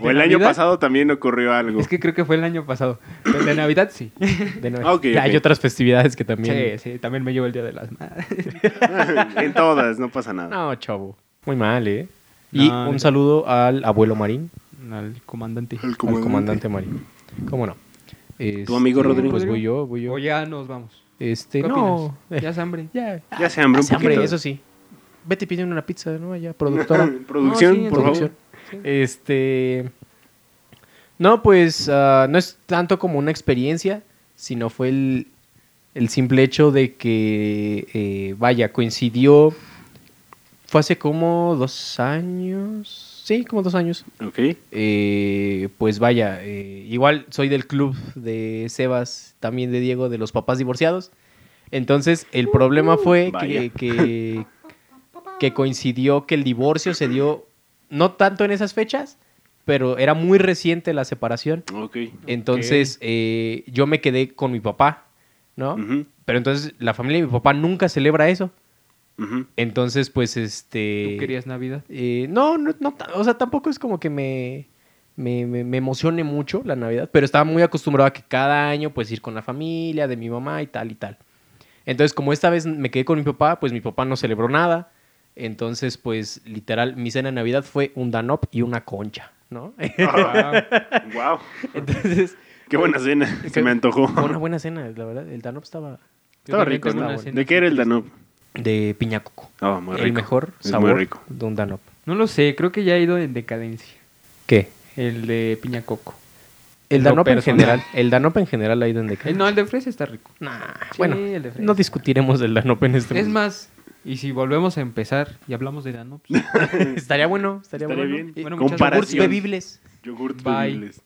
[SPEAKER 6] ¿O el
[SPEAKER 5] ¿De
[SPEAKER 6] año
[SPEAKER 5] Navidad?
[SPEAKER 6] pasado también ocurrió algo?
[SPEAKER 5] Es que creo que fue el año pasado. Pero de Navidad sí.
[SPEAKER 4] De nuevo.
[SPEAKER 6] Ah, ok,
[SPEAKER 4] Ya,
[SPEAKER 6] ok.
[SPEAKER 4] Hay otras festividades que
[SPEAKER 5] Sí,
[SPEAKER 4] también.
[SPEAKER 5] sí, también me llevo el Día de las Madres.
[SPEAKER 6] en todas, no pasa nada.
[SPEAKER 4] No, chavo. Muy mal, ¿eh? Y
[SPEAKER 5] No,
[SPEAKER 4] un
[SPEAKER 5] no.
[SPEAKER 4] saludo al abuelo Marín,
[SPEAKER 5] Al comandante.
[SPEAKER 6] El
[SPEAKER 4] al comandante Marín. ¿Cómo no? Este,
[SPEAKER 6] amigo Rodrigo.
[SPEAKER 4] Pues voy yo, voy yo.
[SPEAKER 5] O ya ah, nos vamos.
[SPEAKER 4] Este,
[SPEAKER 5] ¿Qué
[SPEAKER 4] no.
[SPEAKER 5] opinas?
[SPEAKER 4] eh,
[SPEAKER 5] Ya es hambre.
[SPEAKER 4] Ya,
[SPEAKER 6] Ya se hambre un
[SPEAKER 4] hace hambre,
[SPEAKER 6] poquito.
[SPEAKER 4] eso sí. Vete pidiendo una pizza, ¿no? Allá, productora.
[SPEAKER 6] Producción,
[SPEAKER 5] No, sí,
[SPEAKER 6] por
[SPEAKER 4] producción. Este. No, pues ah, no es tanto como una experiencia, sino fue el, el simple hecho de que, eh, vaya, coincidió. Fue hace como dos años. Sí, como dos años.
[SPEAKER 6] favor. Ok.
[SPEAKER 4] Eh, pues vaya, eh, igual soy del club de Sebas, también de Diego, de los papás divorciados. Entonces, el problema fue
[SPEAKER 6] Uh, vaya.
[SPEAKER 4] que, que, que coincidió que el divorcio se dio no tanto en esas fechas, pero era muy reciente la separación.
[SPEAKER 6] Ok.
[SPEAKER 4] Entonces, eh, yo me quedé con mi papá, ¿no?
[SPEAKER 6] Ujú,
[SPEAKER 4] Pero entonces, la familia de mi papá nunca celebra eso.
[SPEAKER 6] ujú.
[SPEAKER 4] Entonces, pues este.
[SPEAKER 5] ¿Tú querías Navidad?
[SPEAKER 4] Eh, no, no, no, ta- o sea, tampoco es como que me, me, me- me emocione mucho la Navidad, pero estaba muy acostumbrado a que cada año pues ir con la familia, de mi mamá y tal y tal. Entonces, como esta vez me quedé con mi papá, pues mi papá no celebró nada. Entonces, pues literal, mi cena de Navidad fue un danop y una concha, ¿no?
[SPEAKER 5] Ah,
[SPEAKER 6] Wow.
[SPEAKER 4] Entonces,
[SPEAKER 6] Qué buena cena. Se me antojó.
[SPEAKER 4] fue una buena cena, la verdad. El danop estaba
[SPEAKER 5] yo
[SPEAKER 6] Estaba
[SPEAKER 5] también
[SPEAKER 6] rico,
[SPEAKER 5] tengo
[SPEAKER 6] ¿no?
[SPEAKER 5] una cena
[SPEAKER 6] ¿De qué era el Danub?
[SPEAKER 4] de piña coco.
[SPEAKER 6] Ah, muy rico.
[SPEAKER 4] El mejor
[SPEAKER 6] Es muy
[SPEAKER 4] sabor
[SPEAKER 6] rico.
[SPEAKER 4] de un danop.
[SPEAKER 5] No lo sé, creo que ya ha ido en decadencia.
[SPEAKER 4] ¿Qué?
[SPEAKER 5] El de piña coco.
[SPEAKER 4] El
[SPEAKER 5] Lo
[SPEAKER 4] danop en
[SPEAKER 5] personal.
[SPEAKER 4] general, el danop en general ha ido en decadencia.
[SPEAKER 5] El- Eh, no, el de fresa está rico.
[SPEAKER 4] Nah,
[SPEAKER 5] Sí,
[SPEAKER 4] bueno,
[SPEAKER 5] el de fresa.
[SPEAKER 4] no discutiremos del Danop en este
[SPEAKER 5] Es
[SPEAKER 4] momento.
[SPEAKER 5] más, y si volvemos a empezar y hablamos de Danops.
[SPEAKER 4] estaría bueno, estaría, bueno.
[SPEAKER 6] Estaría bien.
[SPEAKER 5] Bueno, muchas
[SPEAKER 4] Yogurts
[SPEAKER 5] Comparación.
[SPEAKER 6] Comparación.
[SPEAKER 4] bebibles.
[SPEAKER 6] Yogurt
[SPEAKER 5] Bye.
[SPEAKER 6] bebibles.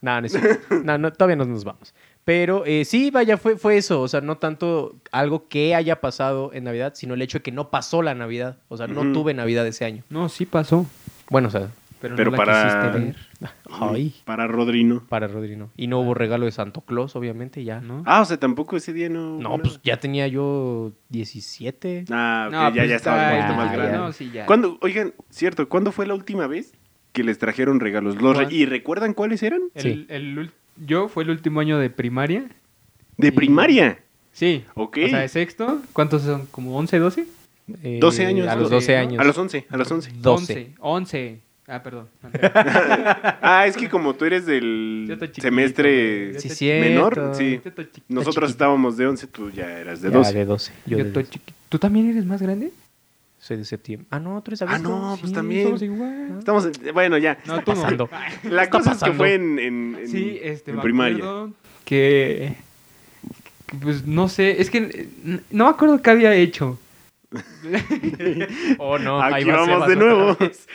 [SPEAKER 4] No, no, es cierto. no, no, todavía no nos vamos. Pero eh, sí, vaya, fue, fue eso. O sea, no tanto algo que haya pasado en Navidad, sino el hecho de que no pasó la Navidad. O sea, no
[SPEAKER 6] Ujú.
[SPEAKER 4] tuve Navidad ese año.
[SPEAKER 5] No, sí pasó.
[SPEAKER 4] Bueno, o sea,
[SPEAKER 5] Pero,
[SPEAKER 6] Pero
[SPEAKER 5] no la
[SPEAKER 6] para-
[SPEAKER 5] quisiste ver.
[SPEAKER 4] Ay.
[SPEAKER 6] Para Rodrino.
[SPEAKER 4] Para Rodrino. Y no hubo regalo de Santo Claus, obviamente, ya. No,
[SPEAKER 5] ¿no?
[SPEAKER 6] Ah, o sea, tampoco ese día no. hubo
[SPEAKER 4] pues
[SPEAKER 6] nada.
[SPEAKER 4] ya tenía yo 17.
[SPEAKER 6] Ah, ok,
[SPEAKER 5] No,
[SPEAKER 6] ya,
[SPEAKER 5] pues
[SPEAKER 6] ya estaba un
[SPEAKER 5] está-
[SPEAKER 6] poquito más
[SPEAKER 5] ya,
[SPEAKER 6] grande.
[SPEAKER 5] no, sí, ya.
[SPEAKER 6] ¿Cuándo, oigan, cierto, ¿cuándo fue la última vez que les trajeron regalos? Los re-
[SPEAKER 5] ¿Cuál?
[SPEAKER 6] ¿Y recuerdan cuáles eran?
[SPEAKER 5] El-
[SPEAKER 4] Sí.
[SPEAKER 5] el ul- yo fue el último año de primaria.
[SPEAKER 6] De
[SPEAKER 5] Sí.
[SPEAKER 6] primaria.
[SPEAKER 5] Sí.
[SPEAKER 6] Ok.
[SPEAKER 5] O sea, de sexto. ¿Cuántos son? ¿Como 11, 12?
[SPEAKER 4] Eh,
[SPEAKER 6] 12 años,
[SPEAKER 4] A
[SPEAKER 6] ¿no?
[SPEAKER 4] los 12
[SPEAKER 5] ¿No?
[SPEAKER 4] años.
[SPEAKER 6] A los 11, a los 11.
[SPEAKER 4] 12.
[SPEAKER 5] 11. 11. Ah, perdón.
[SPEAKER 6] Ah, es que como tú eres
[SPEAKER 5] Yo
[SPEAKER 6] del
[SPEAKER 5] estoy chiquito,
[SPEAKER 6] semestre
[SPEAKER 5] güey.
[SPEAKER 4] Sí,
[SPEAKER 5] Yo
[SPEAKER 4] cierto.
[SPEAKER 6] menor, sí.
[SPEAKER 5] Yo estoy chiquito.
[SPEAKER 6] Nosotros estábamos de 11, tú ya eras de
[SPEAKER 4] Ya,
[SPEAKER 6] 12.
[SPEAKER 4] de 12. Yo,
[SPEAKER 5] Yo
[SPEAKER 4] de
[SPEAKER 5] estoy
[SPEAKER 4] 12.
[SPEAKER 5] chiquito. ¿Tú también eres más grande?
[SPEAKER 4] soy de septiembre. Ah, no, tú eres
[SPEAKER 6] Ah,
[SPEAKER 4] agosto.
[SPEAKER 6] no, pues
[SPEAKER 4] Sí,
[SPEAKER 6] también.
[SPEAKER 4] somos igual.
[SPEAKER 5] igual.
[SPEAKER 6] Estamos, en- bueno, ya.
[SPEAKER 5] No, tú
[SPEAKER 4] pasando.
[SPEAKER 5] no.
[SPEAKER 6] La cosa es que
[SPEAKER 4] pasando.
[SPEAKER 6] fue en, en- en-
[SPEAKER 5] Sí, este,
[SPEAKER 6] en
[SPEAKER 5] me
[SPEAKER 6] primaria.
[SPEAKER 5] acuerdo que, que, pues no sé, es que eh, no me acuerdo qué había hecho.
[SPEAKER 4] Oh, no. ahí
[SPEAKER 6] Aquí
[SPEAKER 4] va
[SPEAKER 6] vamos
[SPEAKER 4] Sebas
[SPEAKER 6] de
[SPEAKER 4] otra
[SPEAKER 6] nuevo.
[SPEAKER 4] vez.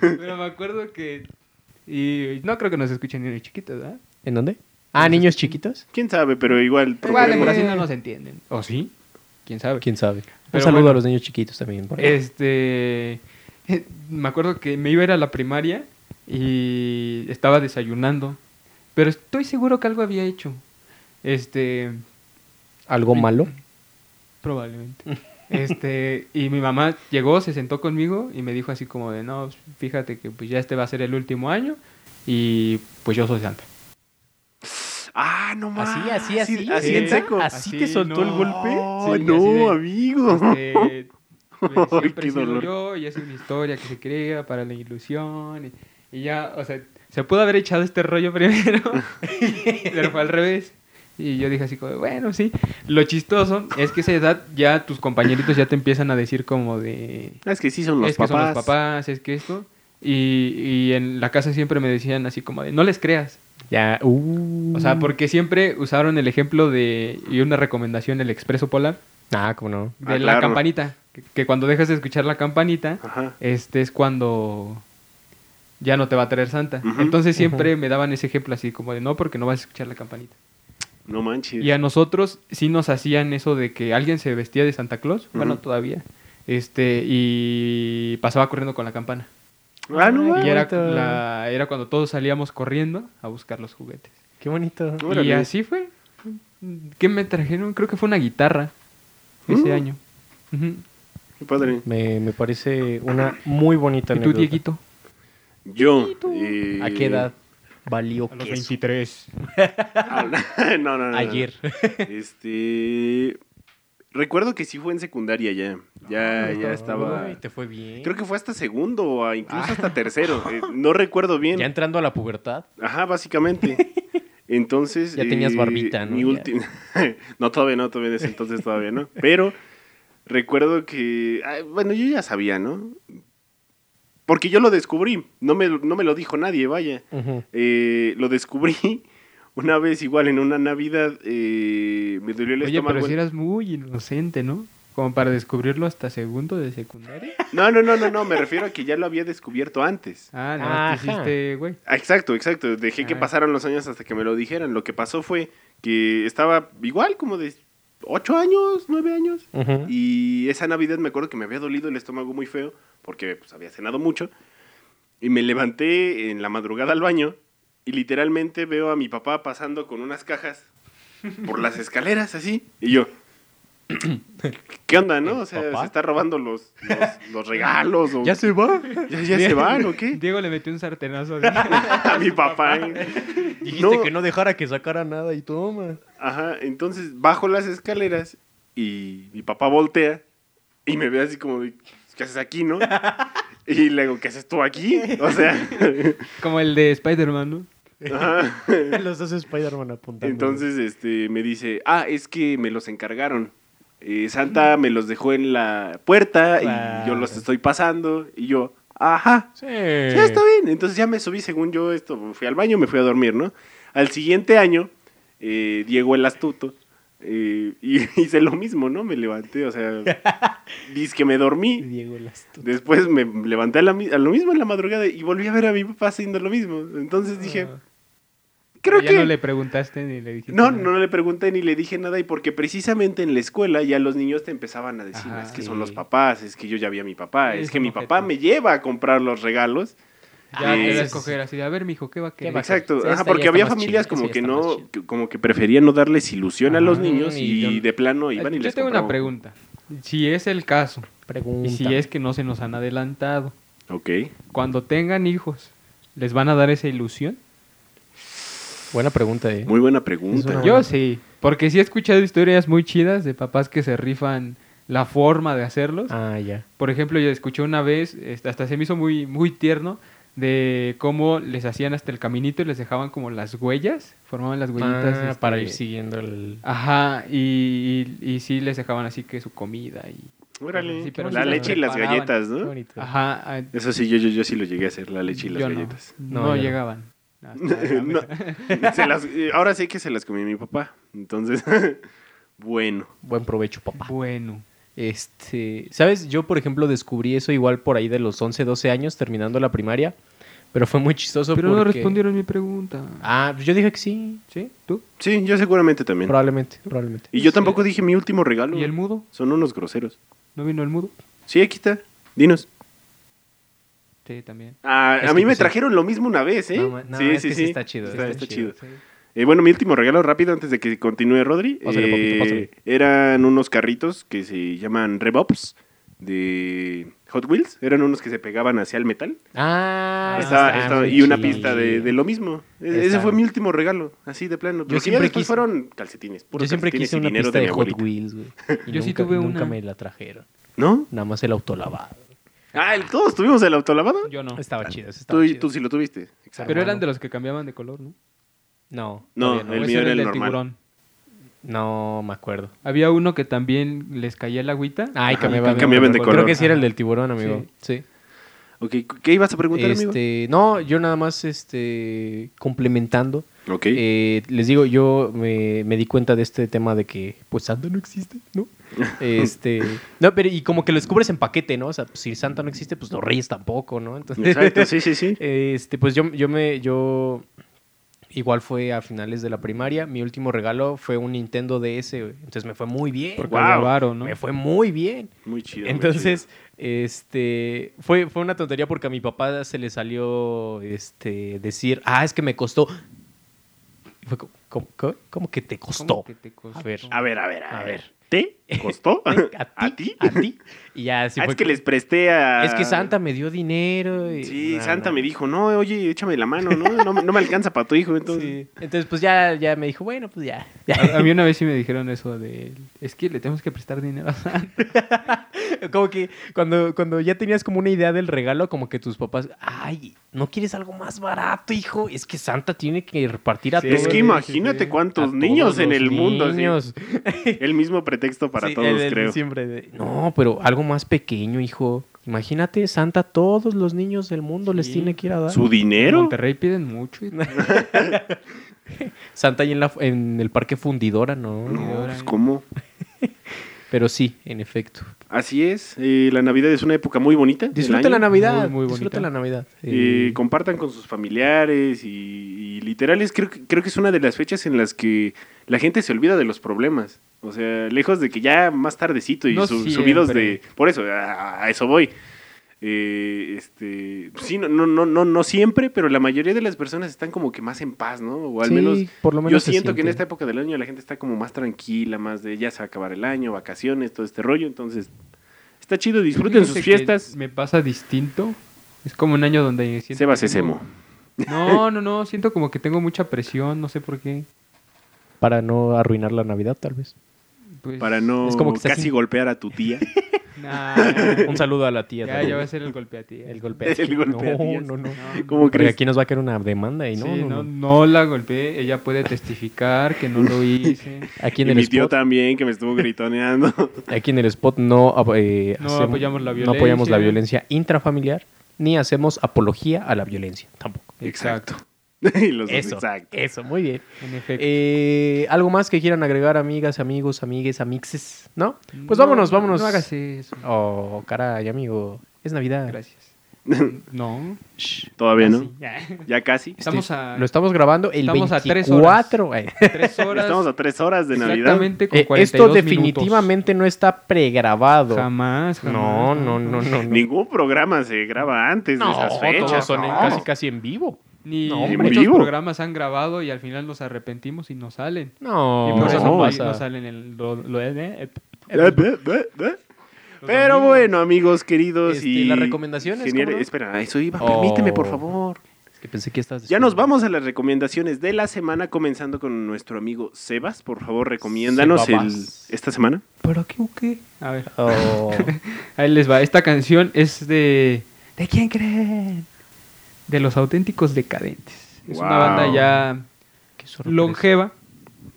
[SPEAKER 5] Pero me acuerdo que y no creo que nos escuchen niños chiquitos, ¿verdad?
[SPEAKER 4] ¿En dónde? Ah, niños chiquitos.
[SPEAKER 6] ¿Quién sabe? Pero igual. eh.
[SPEAKER 5] Igual de
[SPEAKER 6] procuremos-
[SPEAKER 5] por así no nos entienden. ¿O sí? ¿Quién sabe?
[SPEAKER 4] ¿Quién sabe? Un
[SPEAKER 5] Pero
[SPEAKER 4] saludo
[SPEAKER 5] bueno.
[SPEAKER 4] a los niños chiquitos también. por ahí.
[SPEAKER 5] Este, me acuerdo que me iba a ir a la primaria y estaba desayunando, pero estoy seguro que algo había hecho. Este,
[SPEAKER 4] ¿Algo malo?
[SPEAKER 5] Probablemente. Este, y mi mamá llegó, se sentó conmigo y me dijo así como de, no, fíjate que pues ya este va a ser el último año y pues yo soy santa.
[SPEAKER 6] Ah, no más.
[SPEAKER 4] Así, así, así.
[SPEAKER 6] Así en
[SPEAKER 5] Sí.
[SPEAKER 6] seco.
[SPEAKER 4] Así, te soltó el
[SPEAKER 5] no.
[SPEAKER 4] golpe.
[SPEAKER 6] Ay,
[SPEAKER 5] Sí, así de-
[SPEAKER 6] no, amigo.
[SPEAKER 5] Este, pues,
[SPEAKER 6] Ay,
[SPEAKER 5] siempre
[SPEAKER 6] qué
[SPEAKER 5] he sido
[SPEAKER 6] dolor.
[SPEAKER 5] yo y es una historia que se crea para la ilusión y, y ya, o sea, se pudo haber echado este rollo primero, pero fue al revés. Y yo dije así como, de, bueno, sí. Lo chistoso es que a esa edad ya tus compañeritos ya te empiezan a decir como de...
[SPEAKER 6] Es que sí son los
[SPEAKER 5] es que
[SPEAKER 6] papás.
[SPEAKER 5] son los papás, es que esto. Y, y en la casa siempre me decían así como de, no les creas.
[SPEAKER 4] Ya, uh.
[SPEAKER 5] O
[SPEAKER 6] Mm.
[SPEAKER 5] sea, porque siempre usaron el ejemplo de, y una recomendación, el expreso polar,
[SPEAKER 4] Ah, cómo no.
[SPEAKER 5] de la
[SPEAKER 6] Ah, claro.
[SPEAKER 5] campanita. Que, que cuando dejas de escuchar la campanita,
[SPEAKER 6] Ajá.
[SPEAKER 5] este es cuando ya no te va a traer Santa.
[SPEAKER 6] Ujú.
[SPEAKER 5] Entonces siempre me daban ese ejemplo así como de, no, porque no vas a escuchar la campanita.
[SPEAKER 6] No manches.
[SPEAKER 5] Y a nosotros sí nos hacían eso de que alguien se vestía de Santa Claus, bueno,
[SPEAKER 6] Ujú.
[SPEAKER 5] todavía, este, y pasaba corriendo con la campana.
[SPEAKER 6] Ah, no
[SPEAKER 4] Ay,
[SPEAKER 6] manches.
[SPEAKER 5] Y era,
[SPEAKER 4] bonito.
[SPEAKER 5] la- era cuando todos salíamos corriendo a buscar los juguetes.
[SPEAKER 4] Qué bonito.
[SPEAKER 6] Órale.
[SPEAKER 5] Y así fue. ¿Qué me trajeron? Creo que fue una guitarra ese
[SPEAKER 6] Mm.
[SPEAKER 5] año. Ujú.
[SPEAKER 6] Qué padre.
[SPEAKER 4] Me, me parece una muy bonita
[SPEAKER 5] ¿Y tú,
[SPEAKER 4] anécdota.
[SPEAKER 5] Dieguito?
[SPEAKER 6] Yo. eh,
[SPEAKER 4] ¿A qué edad valió
[SPEAKER 5] A los
[SPEAKER 4] queso?
[SPEAKER 5] 23.
[SPEAKER 6] habla- no, no, no, no.
[SPEAKER 4] Ayer.
[SPEAKER 6] Este. Recuerdo que sí fue en secundaria ya.
[SPEAKER 4] Ah,
[SPEAKER 6] Ya, ya estaba.
[SPEAKER 4] Ay, te fue bien.
[SPEAKER 6] Creo que fue hasta segundo o a- incluso hasta tercero. eh, no recuerdo bien.
[SPEAKER 4] Ah. Ya entrando a la pubertad.
[SPEAKER 6] Ajá, básicamente. Entonces. eh,
[SPEAKER 4] Ya tenías barbita, ¿no?
[SPEAKER 6] mi
[SPEAKER 4] Ya.
[SPEAKER 6] ulti- no, todavía no, todavía en ese entonces todavía no. Pero recuerdo que. ah, bueno, yo ya sabía, ¿no? Porque yo lo descubrí. No me, no me lo dijo nadie, vaya. Eh, lo descubrí una vez, igual en una Navidad. eh, me dolió el
[SPEAKER 5] Oye,
[SPEAKER 6] estómago.
[SPEAKER 5] pero si eras muy inocente, ¿no? Como para descubrirlo hasta segundo de secundaria.
[SPEAKER 6] No, no, no, no, no. Me refiero a que ya lo había descubierto antes.
[SPEAKER 5] Ah, nada más te
[SPEAKER 4] Ajá.
[SPEAKER 5] hiciste, güey.
[SPEAKER 6] Ah, Exacto, exacto. Dejé que
[SPEAKER 5] Ah.
[SPEAKER 6] pasaran los años hasta que me lo dijeran. Lo que pasó fue que estaba igual como de 8 años, 9 años. Y esa Navidad me acuerdo que me había dolido el estómago muy feo porque pues, había cenado mucho. Y me levanté en la madrugada al baño y literalmente veo a mi papá pasando con unas cajas por las escaleras así. Y yo, ¿qué onda, no? O sea,
[SPEAKER 4] ¿Papá?
[SPEAKER 6] se está robando los, los, los regalos. O, ¿Ya,
[SPEAKER 4] se va.
[SPEAKER 6] ya se van o qué?
[SPEAKER 5] Diego le metió un sartenazo.
[SPEAKER 6] A mi papá. ¿eh?
[SPEAKER 4] Dijiste
[SPEAKER 6] No.
[SPEAKER 4] que no dejara que sacara nada y toma.
[SPEAKER 6] Ajá, entonces bajo las escaleras y mi papá voltea y me ve así como, de, ¿qué haces aquí, no? Y le digo, ¿qué haces tú aquí? O sea,
[SPEAKER 5] Como el de Spider-Man, ¿no?
[SPEAKER 6] ajá.
[SPEAKER 4] Los dos Spider-Man apuntando.
[SPEAKER 6] entonces este, me dice, ah, es que me los encargaron. Eh, Santa me los dejó en la puerta y yo los
[SPEAKER 4] Claro.
[SPEAKER 6] estoy pasando y yo, ajá,
[SPEAKER 4] Sí.
[SPEAKER 6] Ya está bien. Entonces ya me subí, según yo, esto, fui al baño, me fui a dormir, ¿no? Al siguiente año, eh, Diego el astuto, eh, y hice lo mismo, ¿no? Me levanté, o sea, dice que me dormí.
[SPEAKER 4] Diego Lasto.
[SPEAKER 6] Después me levanté a, la mi- a lo mismo en la madrugada y volví a ver a mi papá haciendo lo mismo. Entonces dije,
[SPEAKER 5] Ah.
[SPEAKER 6] creo
[SPEAKER 5] ya
[SPEAKER 6] que...
[SPEAKER 5] no le preguntaste ni le dijiste.
[SPEAKER 6] No,
[SPEAKER 5] nada.
[SPEAKER 6] no le pregunté ni le dije nada y porque precisamente en la escuela ya los niños te empezaban a decir,
[SPEAKER 5] Ajá,
[SPEAKER 6] es que
[SPEAKER 4] sí.
[SPEAKER 6] son los papás, es que yo ya vi a mi papá,
[SPEAKER 5] Sí,
[SPEAKER 6] es
[SPEAKER 5] es
[SPEAKER 6] que
[SPEAKER 5] un
[SPEAKER 6] mi papá
[SPEAKER 5] objeto.
[SPEAKER 6] me lleva a comprar los regalos
[SPEAKER 5] Ya
[SPEAKER 6] Eh,
[SPEAKER 5] te
[SPEAKER 6] sí,
[SPEAKER 5] da a
[SPEAKER 6] sí,
[SPEAKER 5] escoger así de, a ver, mijo, ¿qué va a querer?
[SPEAKER 3] va a
[SPEAKER 6] Exacto,
[SPEAKER 3] Sí,
[SPEAKER 6] ajá,
[SPEAKER 3] esta
[SPEAKER 6] porque
[SPEAKER 3] ya está
[SPEAKER 6] había
[SPEAKER 3] más
[SPEAKER 6] familias
[SPEAKER 3] chida,
[SPEAKER 6] como
[SPEAKER 3] sí, ya
[SPEAKER 6] que
[SPEAKER 3] está más
[SPEAKER 6] no,
[SPEAKER 3] chida.
[SPEAKER 6] que- como que preferían no darles ilusión a los niños
[SPEAKER 4] y
[SPEAKER 6] y
[SPEAKER 4] yo-
[SPEAKER 6] de plano iban y
[SPEAKER 5] Yo
[SPEAKER 6] les
[SPEAKER 5] tengo una
[SPEAKER 6] compraban.
[SPEAKER 5] pregunta. Si es el caso,
[SPEAKER 3] Pregunta.
[SPEAKER 5] y si es que no se nos han adelantado,
[SPEAKER 6] Ok.
[SPEAKER 5] cuando tengan hijos, ¿les van a dar esa ilusión?
[SPEAKER 4] Buena pregunta, ¿eh?
[SPEAKER 6] Muy buena
[SPEAKER 4] Es una
[SPEAKER 6] pregunta.
[SPEAKER 5] Yo sí, porque sí he escuchado historias muy chidas de papás que se rifan la forma de hacerlos.
[SPEAKER 4] Ah, ya.
[SPEAKER 5] Por ejemplo, yo escuché una vez, este, hasta se me hizo muy, muy tierno, de cómo les hacían hasta el caminito y les dejaban como las huellas, formaban las huellitas.
[SPEAKER 4] Ah,
[SPEAKER 5] este,
[SPEAKER 4] para ir siguiendo el...
[SPEAKER 6] ¿Ah?
[SPEAKER 5] Ajá, y, y, y sí les dejaban así que su comida y...
[SPEAKER 6] Órale,
[SPEAKER 5] Sí, pero
[SPEAKER 6] la
[SPEAKER 5] sí las
[SPEAKER 6] leche y las
[SPEAKER 5] preparaban.
[SPEAKER 6] galletas,
[SPEAKER 4] Qué
[SPEAKER 6] ¿no?
[SPEAKER 4] bonito.
[SPEAKER 5] Ajá, ah,
[SPEAKER 6] Eso sí, yo, yo, yo sí lo llegué a hacer, la leche y las
[SPEAKER 5] yo no,
[SPEAKER 6] galletas.
[SPEAKER 5] No,
[SPEAKER 4] No, yo no.
[SPEAKER 5] llegaban. Hasta la
[SPEAKER 6] No,
[SPEAKER 5] mesa.
[SPEAKER 6] se las- eh, ahora sí que se las comí mi papá. Entonces, bueno.
[SPEAKER 4] Buen provecho, papá.
[SPEAKER 5] Bueno,
[SPEAKER 4] Este, ¿sabes? Yo, por ejemplo, descubrí eso igual por ahí de los 11, 12 años, terminando la primaria. Pero fue muy chistoso
[SPEAKER 5] pero no
[SPEAKER 4] porque-
[SPEAKER 5] respondieron mi pregunta.
[SPEAKER 4] Ah, yo dije que sí.
[SPEAKER 5] ¿Sí? ¿Tú?
[SPEAKER 6] Sí, yo seguramente también.
[SPEAKER 4] Probablemente, probablemente.
[SPEAKER 6] Y yo tampoco dije mi último regalo.
[SPEAKER 5] ¿Y el mudo?
[SPEAKER 6] Son unos groseros.
[SPEAKER 5] ¿No vino el mudo?
[SPEAKER 6] Sí, aquí está. Dinos.
[SPEAKER 5] Sí, también.
[SPEAKER 6] Ah,
[SPEAKER 4] Es
[SPEAKER 6] a
[SPEAKER 4] que
[SPEAKER 6] mí me
[SPEAKER 4] pues sí.
[SPEAKER 6] trajeron lo mismo una vez, ¿eh?
[SPEAKER 4] No, ma- no,
[SPEAKER 6] sí,
[SPEAKER 4] es
[SPEAKER 6] sí,
[SPEAKER 4] que
[SPEAKER 6] sí.
[SPEAKER 4] sí está chido,
[SPEAKER 6] Está,
[SPEAKER 4] está
[SPEAKER 6] está
[SPEAKER 4] chido.
[SPEAKER 6] chido. Eh, bueno, mi último regalo rápido antes de que continúe Rodri.
[SPEAKER 4] Pásale, papito,
[SPEAKER 6] eh,
[SPEAKER 4] pásale.
[SPEAKER 6] Eran unos carritos que se llaman Revobs de Hot Wheels. Eran unos que se pegaban hacia el metal.
[SPEAKER 4] Ah,
[SPEAKER 6] Estaba-
[SPEAKER 4] está
[SPEAKER 6] estaba-
[SPEAKER 4] muy
[SPEAKER 6] y una
[SPEAKER 4] chido.
[SPEAKER 6] pista de, de lo mismo. E- Ese
[SPEAKER 4] Está-
[SPEAKER 6] fue mi último regalo, así de plano. Porque ya
[SPEAKER 4] siempre
[SPEAKER 6] después
[SPEAKER 4] quise-
[SPEAKER 6] fueron calcetines. puros
[SPEAKER 4] Yo siempre
[SPEAKER 6] calcetines
[SPEAKER 4] quise
[SPEAKER 6] y
[SPEAKER 4] una
[SPEAKER 6] dinero
[SPEAKER 4] pista
[SPEAKER 6] mi
[SPEAKER 4] de, Hot
[SPEAKER 6] abuelita.
[SPEAKER 4] Wheels, güey. Y
[SPEAKER 5] Yo sí
[SPEAKER 4] nunca-
[SPEAKER 5] tuve una.
[SPEAKER 4] Nunca me la trajeron.
[SPEAKER 6] ¿No?
[SPEAKER 4] Nada más el autolavado.
[SPEAKER 6] Ah, el- todos tuvimos el autolavado.
[SPEAKER 5] Yo no.
[SPEAKER 4] Estaba chido, eso estaba
[SPEAKER 6] Ah, Tú,
[SPEAKER 4] chido.
[SPEAKER 6] tú sí lo tuviste.
[SPEAKER 4] Exacto.
[SPEAKER 5] Pero eran de los que cambiaban de color, ¿no?
[SPEAKER 4] No,
[SPEAKER 6] No,
[SPEAKER 4] todavía
[SPEAKER 5] ¿O
[SPEAKER 6] el
[SPEAKER 5] ese
[SPEAKER 6] mío era el
[SPEAKER 5] del
[SPEAKER 6] normal.
[SPEAKER 5] tiburón.
[SPEAKER 4] no me acuerdo.
[SPEAKER 5] Había uno que también les caía el agüita.
[SPEAKER 4] Ay,
[SPEAKER 5] Ajá.
[SPEAKER 4] cambiaban,
[SPEAKER 6] cambiaban de
[SPEAKER 4] Creo
[SPEAKER 6] color.
[SPEAKER 4] que sí era el del tiburón, amigo. Sí.
[SPEAKER 6] Ok, ¿qué ibas a preguntar, amigo?
[SPEAKER 4] Este, no, yo nada más este complementando.
[SPEAKER 6] Ok.
[SPEAKER 4] Eh, les digo, yo me, me di cuenta de este tema de que, pues Santa no existe, ¿no? Este, no, pero y como que lo descubres en paquete, ¿no? O sea, pues, si Santa no existe, pues los Reyes tampoco, ¿no? Entonces,
[SPEAKER 6] Exacto, sí, sí, sí.
[SPEAKER 4] Este, pues yo, yo me, yo igual fue a finales de la primaria. Mi último regalo fue un Nintendo DS, güey. entonces me fue muy bien.
[SPEAKER 5] Porque
[SPEAKER 6] Guau.
[SPEAKER 5] había varo, ¿no?
[SPEAKER 4] Me fue muy bien.
[SPEAKER 6] Muy chido. muy
[SPEAKER 4] Entonces, este, fue, fue una tontería porque a mi papá se le salió, este, decir, ah, es que me costó. Y fue co- ¿Cómo, cómo- cómo que te costó?
[SPEAKER 5] ¿Cómo que te costó?
[SPEAKER 4] A ver.
[SPEAKER 6] chido. A ver, a ver, a,
[SPEAKER 4] A
[SPEAKER 6] ver.
[SPEAKER 4] ver.
[SPEAKER 6] ¿Te costó?
[SPEAKER 4] ¿A ti? ¿A ti? Y ya, así
[SPEAKER 6] Ah,
[SPEAKER 4] fue
[SPEAKER 6] es que
[SPEAKER 4] como,
[SPEAKER 6] les presté a...
[SPEAKER 4] "Es que Santa me dio dinero. y-
[SPEAKER 6] Sí,
[SPEAKER 4] No,
[SPEAKER 6] Santa
[SPEAKER 4] no.
[SPEAKER 6] me dijo, no, oye, échame la mano, ¿no? No, no me alcanza para tu hijo,
[SPEAKER 4] Sí.
[SPEAKER 6] entonces...
[SPEAKER 4] Entonces, pues ya, ya me dijo, bueno, pues ya. ya".
[SPEAKER 5] A, a mí una vez sí me dijeron eso de... Es que le tenemos que prestar dinero a Santa.
[SPEAKER 4] Como que cuando, cuando ya tenías como una idea del regalo, como que tus papás, ay, ¿no quieres algo más barato, hijo? Es que Santa tiene que repartir a
[SPEAKER 5] Sí,
[SPEAKER 6] Es
[SPEAKER 4] todos.
[SPEAKER 6] que
[SPEAKER 5] sí,
[SPEAKER 6] imagínate
[SPEAKER 5] sí.
[SPEAKER 4] a
[SPEAKER 6] cuántos
[SPEAKER 4] todos
[SPEAKER 6] niños en
[SPEAKER 4] los
[SPEAKER 6] el mundo. así.
[SPEAKER 4] niños.
[SPEAKER 6] El mismo pretexto para
[SPEAKER 4] Sí,
[SPEAKER 6] todos,
[SPEAKER 4] el- el
[SPEAKER 6] creo.
[SPEAKER 4] siempre de, no, pero algo más pequeño, hijo. Imagínate, Santa, a todos los niños del mundo les
[SPEAKER 5] Sí.
[SPEAKER 4] tiene que ir a dar.
[SPEAKER 6] ¿Su
[SPEAKER 5] En
[SPEAKER 6] dinero?
[SPEAKER 5] Monterrey piden mucho. y-
[SPEAKER 4] Santa ahí en, la, en el parque fundidora, ¿no?
[SPEAKER 6] No, pues cómo.
[SPEAKER 4] Pero sí, en efecto.
[SPEAKER 6] Así es, eh, la Navidad es una época muy bonita. del
[SPEAKER 4] Disfruta
[SPEAKER 6] año.
[SPEAKER 4] la Navidad.
[SPEAKER 5] Muy, muy
[SPEAKER 4] disfruta
[SPEAKER 5] bonita.
[SPEAKER 4] la Navidad.
[SPEAKER 6] Eh,
[SPEAKER 4] Eh,
[SPEAKER 6] compartan con sus familiares y, y literales. Creo, que- creo que es una de las fechas en las que la gente se olvida de los problemas. O sea, lejos de que ya más tardecito y
[SPEAKER 5] No
[SPEAKER 6] su-
[SPEAKER 5] siempre.
[SPEAKER 6] subidos de... Por eso, a, a eso voy. Eh, este, sí, no, no, no, no, no siempre, pero la mayoría de las personas están como que más en paz, ¿no? O al
[SPEAKER 4] sí,
[SPEAKER 6] menos
[SPEAKER 4] por lo
[SPEAKER 6] yo
[SPEAKER 4] menos se
[SPEAKER 6] siento que en
[SPEAKER 4] siente.
[SPEAKER 6] esta época del año la gente está como más tranquila, más de ya se va a acabar el año, vacaciones, todo este rollo. Entonces, está chido, disfruten
[SPEAKER 5] Fíjense
[SPEAKER 6] sus
[SPEAKER 5] que
[SPEAKER 6] fiestas.
[SPEAKER 5] Me pasa distinto. Es como un año donde... siento
[SPEAKER 6] Sebas
[SPEAKER 5] que
[SPEAKER 6] es
[SPEAKER 5] tengo-
[SPEAKER 6] emo.
[SPEAKER 5] No, no, no. Siento como que tengo mucha presión. No sé por qué.
[SPEAKER 4] Para no arruinar la Navidad, tal vez.
[SPEAKER 5] Pues,
[SPEAKER 6] Para no
[SPEAKER 4] Es como que estás
[SPEAKER 6] casi
[SPEAKER 4] sin-
[SPEAKER 6] golpear a tu tía.
[SPEAKER 5] Nah.
[SPEAKER 4] Un saludo a la tía.
[SPEAKER 5] ya,
[SPEAKER 4] también.
[SPEAKER 5] ya va a ser el golpe a ti.
[SPEAKER 4] El golpe.
[SPEAKER 6] El golpe a tías.
[SPEAKER 4] No, no, no.
[SPEAKER 5] No,
[SPEAKER 6] ¿Cómo
[SPEAKER 4] Ah, Porque
[SPEAKER 6] crees?
[SPEAKER 4] aquí nos va a caer una demanda y no,
[SPEAKER 5] sí,
[SPEAKER 4] no, no.
[SPEAKER 5] no la golpeé. Ella puede testificar que no lo hice.
[SPEAKER 4] Aquí
[SPEAKER 6] Y
[SPEAKER 4] en el
[SPEAKER 6] mi tío
[SPEAKER 4] spot,
[SPEAKER 6] también, que me estuvo gritoneando.
[SPEAKER 4] aquí en el spot no, ab- eh,
[SPEAKER 5] No apoyamos la
[SPEAKER 4] no apoyamos la
[SPEAKER 5] violencia.
[SPEAKER 4] violencia intrafamiliar ni hacemos apología a la violencia tampoco.
[SPEAKER 5] Exacto.
[SPEAKER 6] Y los dos,
[SPEAKER 4] Eso,
[SPEAKER 6] exacto.
[SPEAKER 4] eso, muy bien.
[SPEAKER 5] En efecto.
[SPEAKER 4] Eh, ¿Algo más que quieran agregar, amigas, amigos, amigues, amixes? ¿No? Pues
[SPEAKER 5] No,
[SPEAKER 4] vámonos,
[SPEAKER 5] no,
[SPEAKER 4] vámonos.
[SPEAKER 5] No hagas eso.
[SPEAKER 4] Oh, caray, amigo. Es Navidad.
[SPEAKER 5] Gracias. No.
[SPEAKER 6] Todavía no.
[SPEAKER 5] Casi.
[SPEAKER 6] Ya casi.
[SPEAKER 5] Estamos a
[SPEAKER 4] Este, Lo estamos grabando el
[SPEAKER 5] Estamos a tres
[SPEAKER 4] 24. eh.
[SPEAKER 5] tres horas.
[SPEAKER 6] Estamos a tres horas de Navidad.
[SPEAKER 5] exactamente con
[SPEAKER 4] Eh,
[SPEAKER 5] 42
[SPEAKER 4] esto definitivamente no está pregrabado.
[SPEAKER 5] minutos. Jamás, jamás.
[SPEAKER 4] No, no, no, no. no.
[SPEAKER 6] Ningún programa se graba antes de esas
[SPEAKER 4] todos
[SPEAKER 6] fechas.
[SPEAKER 4] son en-
[SPEAKER 6] no.
[SPEAKER 4] casi casi en vivo.
[SPEAKER 5] Ni
[SPEAKER 4] No,
[SPEAKER 6] hombre.
[SPEAKER 5] muchos
[SPEAKER 6] Vivo.
[SPEAKER 5] programas han grabado y al final nos arrepentimos y no salen.
[SPEAKER 4] No,
[SPEAKER 5] y por eso
[SPEAKER 4] no
[SPEAKER 5] no,
[SPEAKER 4] pasa.
[SPEAKER 5] no salen el, lo- lo- eh, eh,
[SPEAKER 6] Eh, eh, eh, eh.
[SPEAKER 5] los
[SPEAKER 6] Pero
[SPEAKER 5] domingos.
[SPEAKER 6] bueno, amigos queridos
[SPEAKER 4] Este,
[SPEAKER 6] y
[SPEAKER 4] ¿las recomendaciones,
[SPEAKER 6] genial-
[SPEAKER 4] cómo no?
[SPEAKER 6] Espera, a eso iba.
[SPEAKER 4] Oh.
[SPEAKER 6] Permíteme, por favor.
[SPEAKER 4] Es que pensé que estabas
[SPEAKER 6] Ya nos vamos a las recomendaciones de la semana, comenzando con nuestro amigo Sebas. Por favor, recomiéndanos el-
[SPEAKER 4] Sebabas.
[SPEAKER 6] esta semana.
[SPEAKER 5] ¿Pero qué o qué? A ver,
[SPEAKER 4] Oh.
[SPEAKER 5] ahí les va. Esta canción es de. ¿De quién creen? De los auténticos decadentes. Es una
[SPEAKER 6] Wow.
[SPEAKER 5] banda ya
[SPEAKER 4] Qué sorpresa.
[SPEAKER 5] longeva,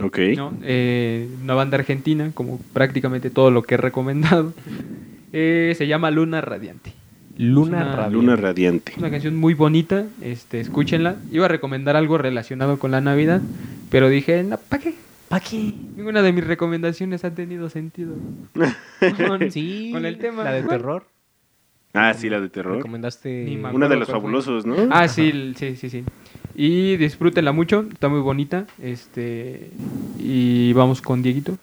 [SPEAKER 6] Ok.
[SPEAKER 5] ¿no? Eh, una banda argentina, como prácticamente todo lo que he recomendado. Eh, se llama Luna Radiante.
[SPEAKER 4] Luna
[SPEAKER 5] Una-
[SPEAKER 4] Radiante.
[SPEAKER 6] Luna Radiante.
[SPEAKER 5] Es una canción muy bonita, este, escúchenla. Iba a recomendar algo relacionado con la Navidad, pero dije, no, ¿para qué?
[SPEAKER 4] ¿Pa' qué?
[SPEAKER 5] Ninguna de mis recomendaciones ha tenido sentido. Con,
[SPEAKER 4] Sí.
[SPEAKER 5] con el tema.
[SPEAKER 4] La de terror.
[SPEAKER 6] Ah, sí, la de terror.
[SPEAKER 4] Recomendaste.
[SPEAKER 5] Ni me
[SPEAKER 6] Una
[SPEAKER 5] acuerdo
[SPEAKER 6] de los
[SPEAKER 5] cuál fue.
[SPEAKER 6] fabulosos, ¿no?
[SPEAKER 5] Ah, sí, el- sí, sí, sí. Y disfrútenla mucho, está muy bonita. Este, y vamos con Dieguito.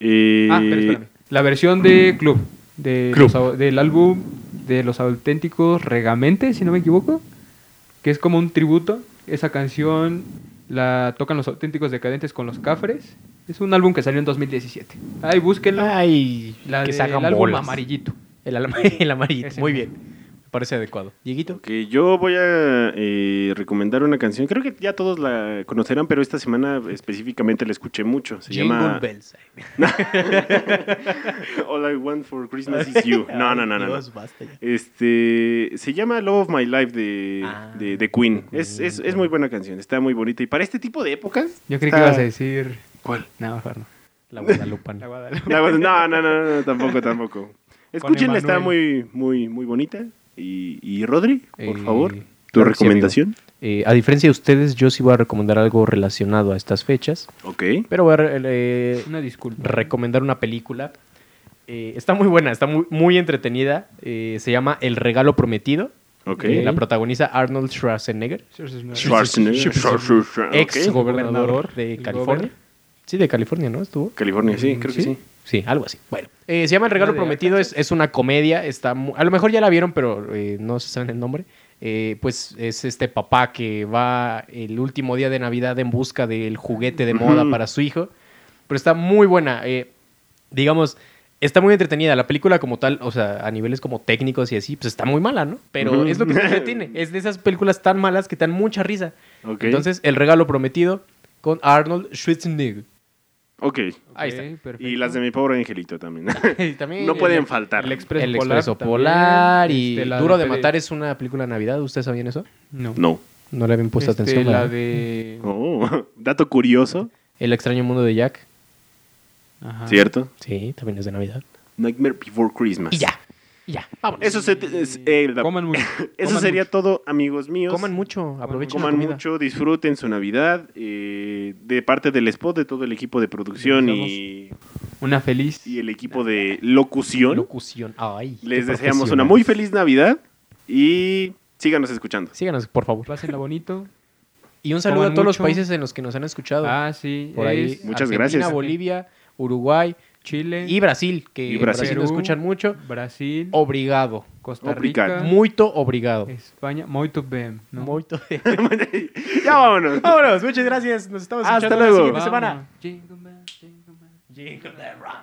[SPEAKER 6] Eh,
[SPEAKER 5] Ah, pero espérame. La versión de Club, de los au- del álbum de los auténticos Regamente, si no me equivoco, que es como un tributo. Esa canción la tocan los auténticos decadentes con los cafres. Es un álbum que salió en 2017. Ahí búsquenlo.
[SPEAKER 4] Ay,
[SPEAKER 5] la
[SPEAKER 4] Ah, que
[SPEAKER 5] del
[SPEAKER 4] se hagan
[SPEAKER 5] álbum
[SPEAKER 4] bolas.
[SPEAKER 5] amarillito.
[SPEAKER 4] El, alma- el amarillito.
[SPEAKER 5] Ese.
[SPEAKER 4] Muy bien. Me parece adecuado. Dieguito.
[SPEAKER 6] Que yo voy a eh, recomendar una canción. Creo que ya todos la conocerán, pero esta semana específicamente la escuché mucho. Se
[SPEAKER 4] Jingle
[SPEAKER 6] llama
[SPEAKER 4] Bells.
[SPEAKER 6] All I Want for Christmas is You. No, no, no, no. no.
[SPEAKER 4] Dios, basta ya.
[SPEAKER 6] Este se llama Love of My Life de,
[SPEAKER 4] Ah,
[SPEAKER 6] de, de Queen.
[SPEAKER 4] de
[SPEAKER 6] Es,
[SPEAKER 4] Queen,
[SPEAKER 6] es, es muy buena canción, está muy bonita. Y para este tipo de épocas.
[SPEAKER 5] Yo creí que
[SPEAKER 6] está-
[SPEAKER 5] ibas a decir.
[SPEAKER 6] ¿Cuál?
[SPEAKER 5] No, mejor no.
[SPEAKER 4] La Guadalupana.
[SPEAKER 5] La Guadalupe.
[SPEAKER 6] La- No, no, no, no, tampoco, tampoco. Escúchenla, está
[SPEAKER 5] Emanuel.
[SPEAKER 6] muy, muy, muy bonita. Y, y Rodri, por
[SPEAKER 4] Eh,
[SPEAKER 6] favor,
[SPEAKER 4] claro que sí,
[SPEAKER 6] tu
[SPEAKER 4] amigo.
[SPEAKER 6] recomendación.
[SPEAKER 4] Eh, a diferencia de ustedes, yo sí voy a recomendar algo relacionado a estas fechas.
[SPEAKER 6] Ok.
[SPEAKER 4] Pero voy a re- eh,
[SPEAKER 5] Una disculpa.
[SPEAKER 4] recomendar una película. Eh, está muy buena, está muy, muy entretenida. Eh, se llama El Regalo Prometido.
[SPEAKER 6] Ok.
[SPEAKER 4] Eh, la protagoniza Arnold Schwarzenegger,
[SPEAKER 6] Schwarzenegger. Schwarzenegger, Ah, ok.
[SPEAKER 4] ex gobernador
[SPEAKER 5] Gobernador.
[SPEAKER 4] de
[SPEAKER 5] El
[SPEAKER 4] California.
[SPEAKER 5] gober.
[SPEAKER 4] Sí, de California, ¿no? Estuvo.
[SPEAKER 6] California, sí, creo que sí.
[SPEAKER 4] Sí, algo así. Bueno, eh, se llama El Regalo
[SPEAKER 5] ¿Una de
[SPEAKER 4] Prometido, es, es una comedia, está mu- a lo mejor ya la vieron, pero eh, no se saben el nombre. Eh, pues es este papá que va el último día de Navidad en busca del juguete de moda
[SPEAKER 6] Ujú.
[SPEAKER 4] para su hijo, pero está muy buena. eh, digamos, está muy entretenida. La película como tal, o sea, a niveles como técnicos y así, pues está muy mala, ¿no? Pero
[SPEAKER 6] Ujú.
[SPEAKER 4] es lo que te entretiene. Es de esas películas tan malas que te dan mucha risa.
[SPEAKER 6] Ok.
[SPEAKER 4] Entonces, El Regalo Prometido con Arnold Schwarzenegger.
[SPEAKER 6] Ok.
[SPEAKER 4] Ahí está.
[SPEAKER 6] Y las de mi pobre angelito también.
[SPEAKER 4] También
[SPEAKER 6] no
[SPEAKER 4] el-
[SPEAKER 6] pueden faltar.
[SPEAKER 5] El Expreso
[SPEAKER 4] el
[SPEAKER 5] Polar.
[SPEAKER 4] Expreso
[SPEAKER 5] también,
[SPEAKER 4] Polar y
[SPEAKER 5] este, la
[SPEAKER 4] Duro de Matar
[SPEAKER 5] Fede-
[SPEAKER 4] es una película de Navidad. ¿Ustedes sabían eso?
[SPEAKER 5] No.
[SPEAKER 6] No.
[SPEAKER 4] No le habían puesto
[SPEAKER 5] Este,
[SPEAKER 4] atención.
[SPEAKER 5] La
[SPEAKER 4] ¿verdad?
[SPEAKER 5] de.
[SPEAKER 6] Oh, dato curioso,
[SPEAKER 4] El extraño mundo de Jack. Ah.
[SPEAKER 5] Ajá.
[SPEAKER 6] ¿cierto?
[SPEAKER 4] Sí, también es de Navidad.
[SPEAKER 6] Nightmare Before Christmas.
[SPEAKER 4] Y ya. Y ya. Vámonos.
[SPEAKER 6] Eso, se- es- eh, la-
[SPEAKER 5] Coman mucho.
[SPEAKER 6] eso
[SPEAKER 5] coman
[SPEAKER 6] sería
[SPEAKER 5] mucho.
[SPEAKER 6] todo, amigos míos.
[SPEAKER 4] Coman mucho. Aprovechen la
[SPEAKER 6] Coman
[SPEAKER 4] comida.
[SPEAKER 6] mucho, disfruten su Navidad. eh, de parte del spot, de todo el equipo de producción y,
[SPEAKER 5] Una feliz.
[SPEAKER 6] y el equipo de locución,
[SPEAKER 4] Locución. Ay,
[SPEAKER 6] les
[SPEAKER 4] qué ¿eh?
[SPEAKER 6] deseamos
[SPEAKER 4] profesional.
[SPEAKER 6] una muy feliz Navidad y síganos escuchando.
[SPEAKER 4] Síganos, por favor.
[SPEAKER 5] Pásenla bonito.
[SPEAKER 4] Y un saludo
[SPEAKER 5] Coman
[SPEAKER 4] a todos los
[SPEAKER 5] mucho.
[SPEAKER 4] países en los que nos han escuchado.
[SPEAKER 5] Ah, sí.
[SPEAKER 4] por ahí.
[SPEAKER 5] es
[SPEAKER 6] Muchas
[SPEAKER 4] Argentina,
[SPEAKER 6] gracias.
[SPEAKER 4] Bolivia, Uruguay
[SPEAKER 5] Chile.
[SPEAKER 4] y Brasil, que
[SPEAKER 6] Y
[SPEAKER 4] en Brasil,
[SPEAKER 6] Brasil.
[SPEAKER 4] nos escuchan mucho.
[SPEAKER 5] Brasil.
[SPEAKER 4] Obrigado.
[SPEAKER 5] Costa
[SPEAKER 6] Obrigado.
[SPEAKER 5] Rica.
[SPEAKER 4] Muito obrigado.
[SPEAKER 5] España. Muito bem. Eh, ¿no?
[SPEAKER 4] Muito.
[SPEAKER 6] ya vámonos.
[SPEAKER 4] Vámonos, muchas gracias. Nos estamos
[SPEAKER 6] Hasta
[SPEAKER 4] escuchando la
[SPEAKER 6] luego.
[SPEAKER 4] siguiente
[SPEAKER 5] Vámonos.
[SPEAKER 4] semana.
[SPEAKER 5] Jingle bell, jingle bell.
[SPEAKER 4] Jingle that rock.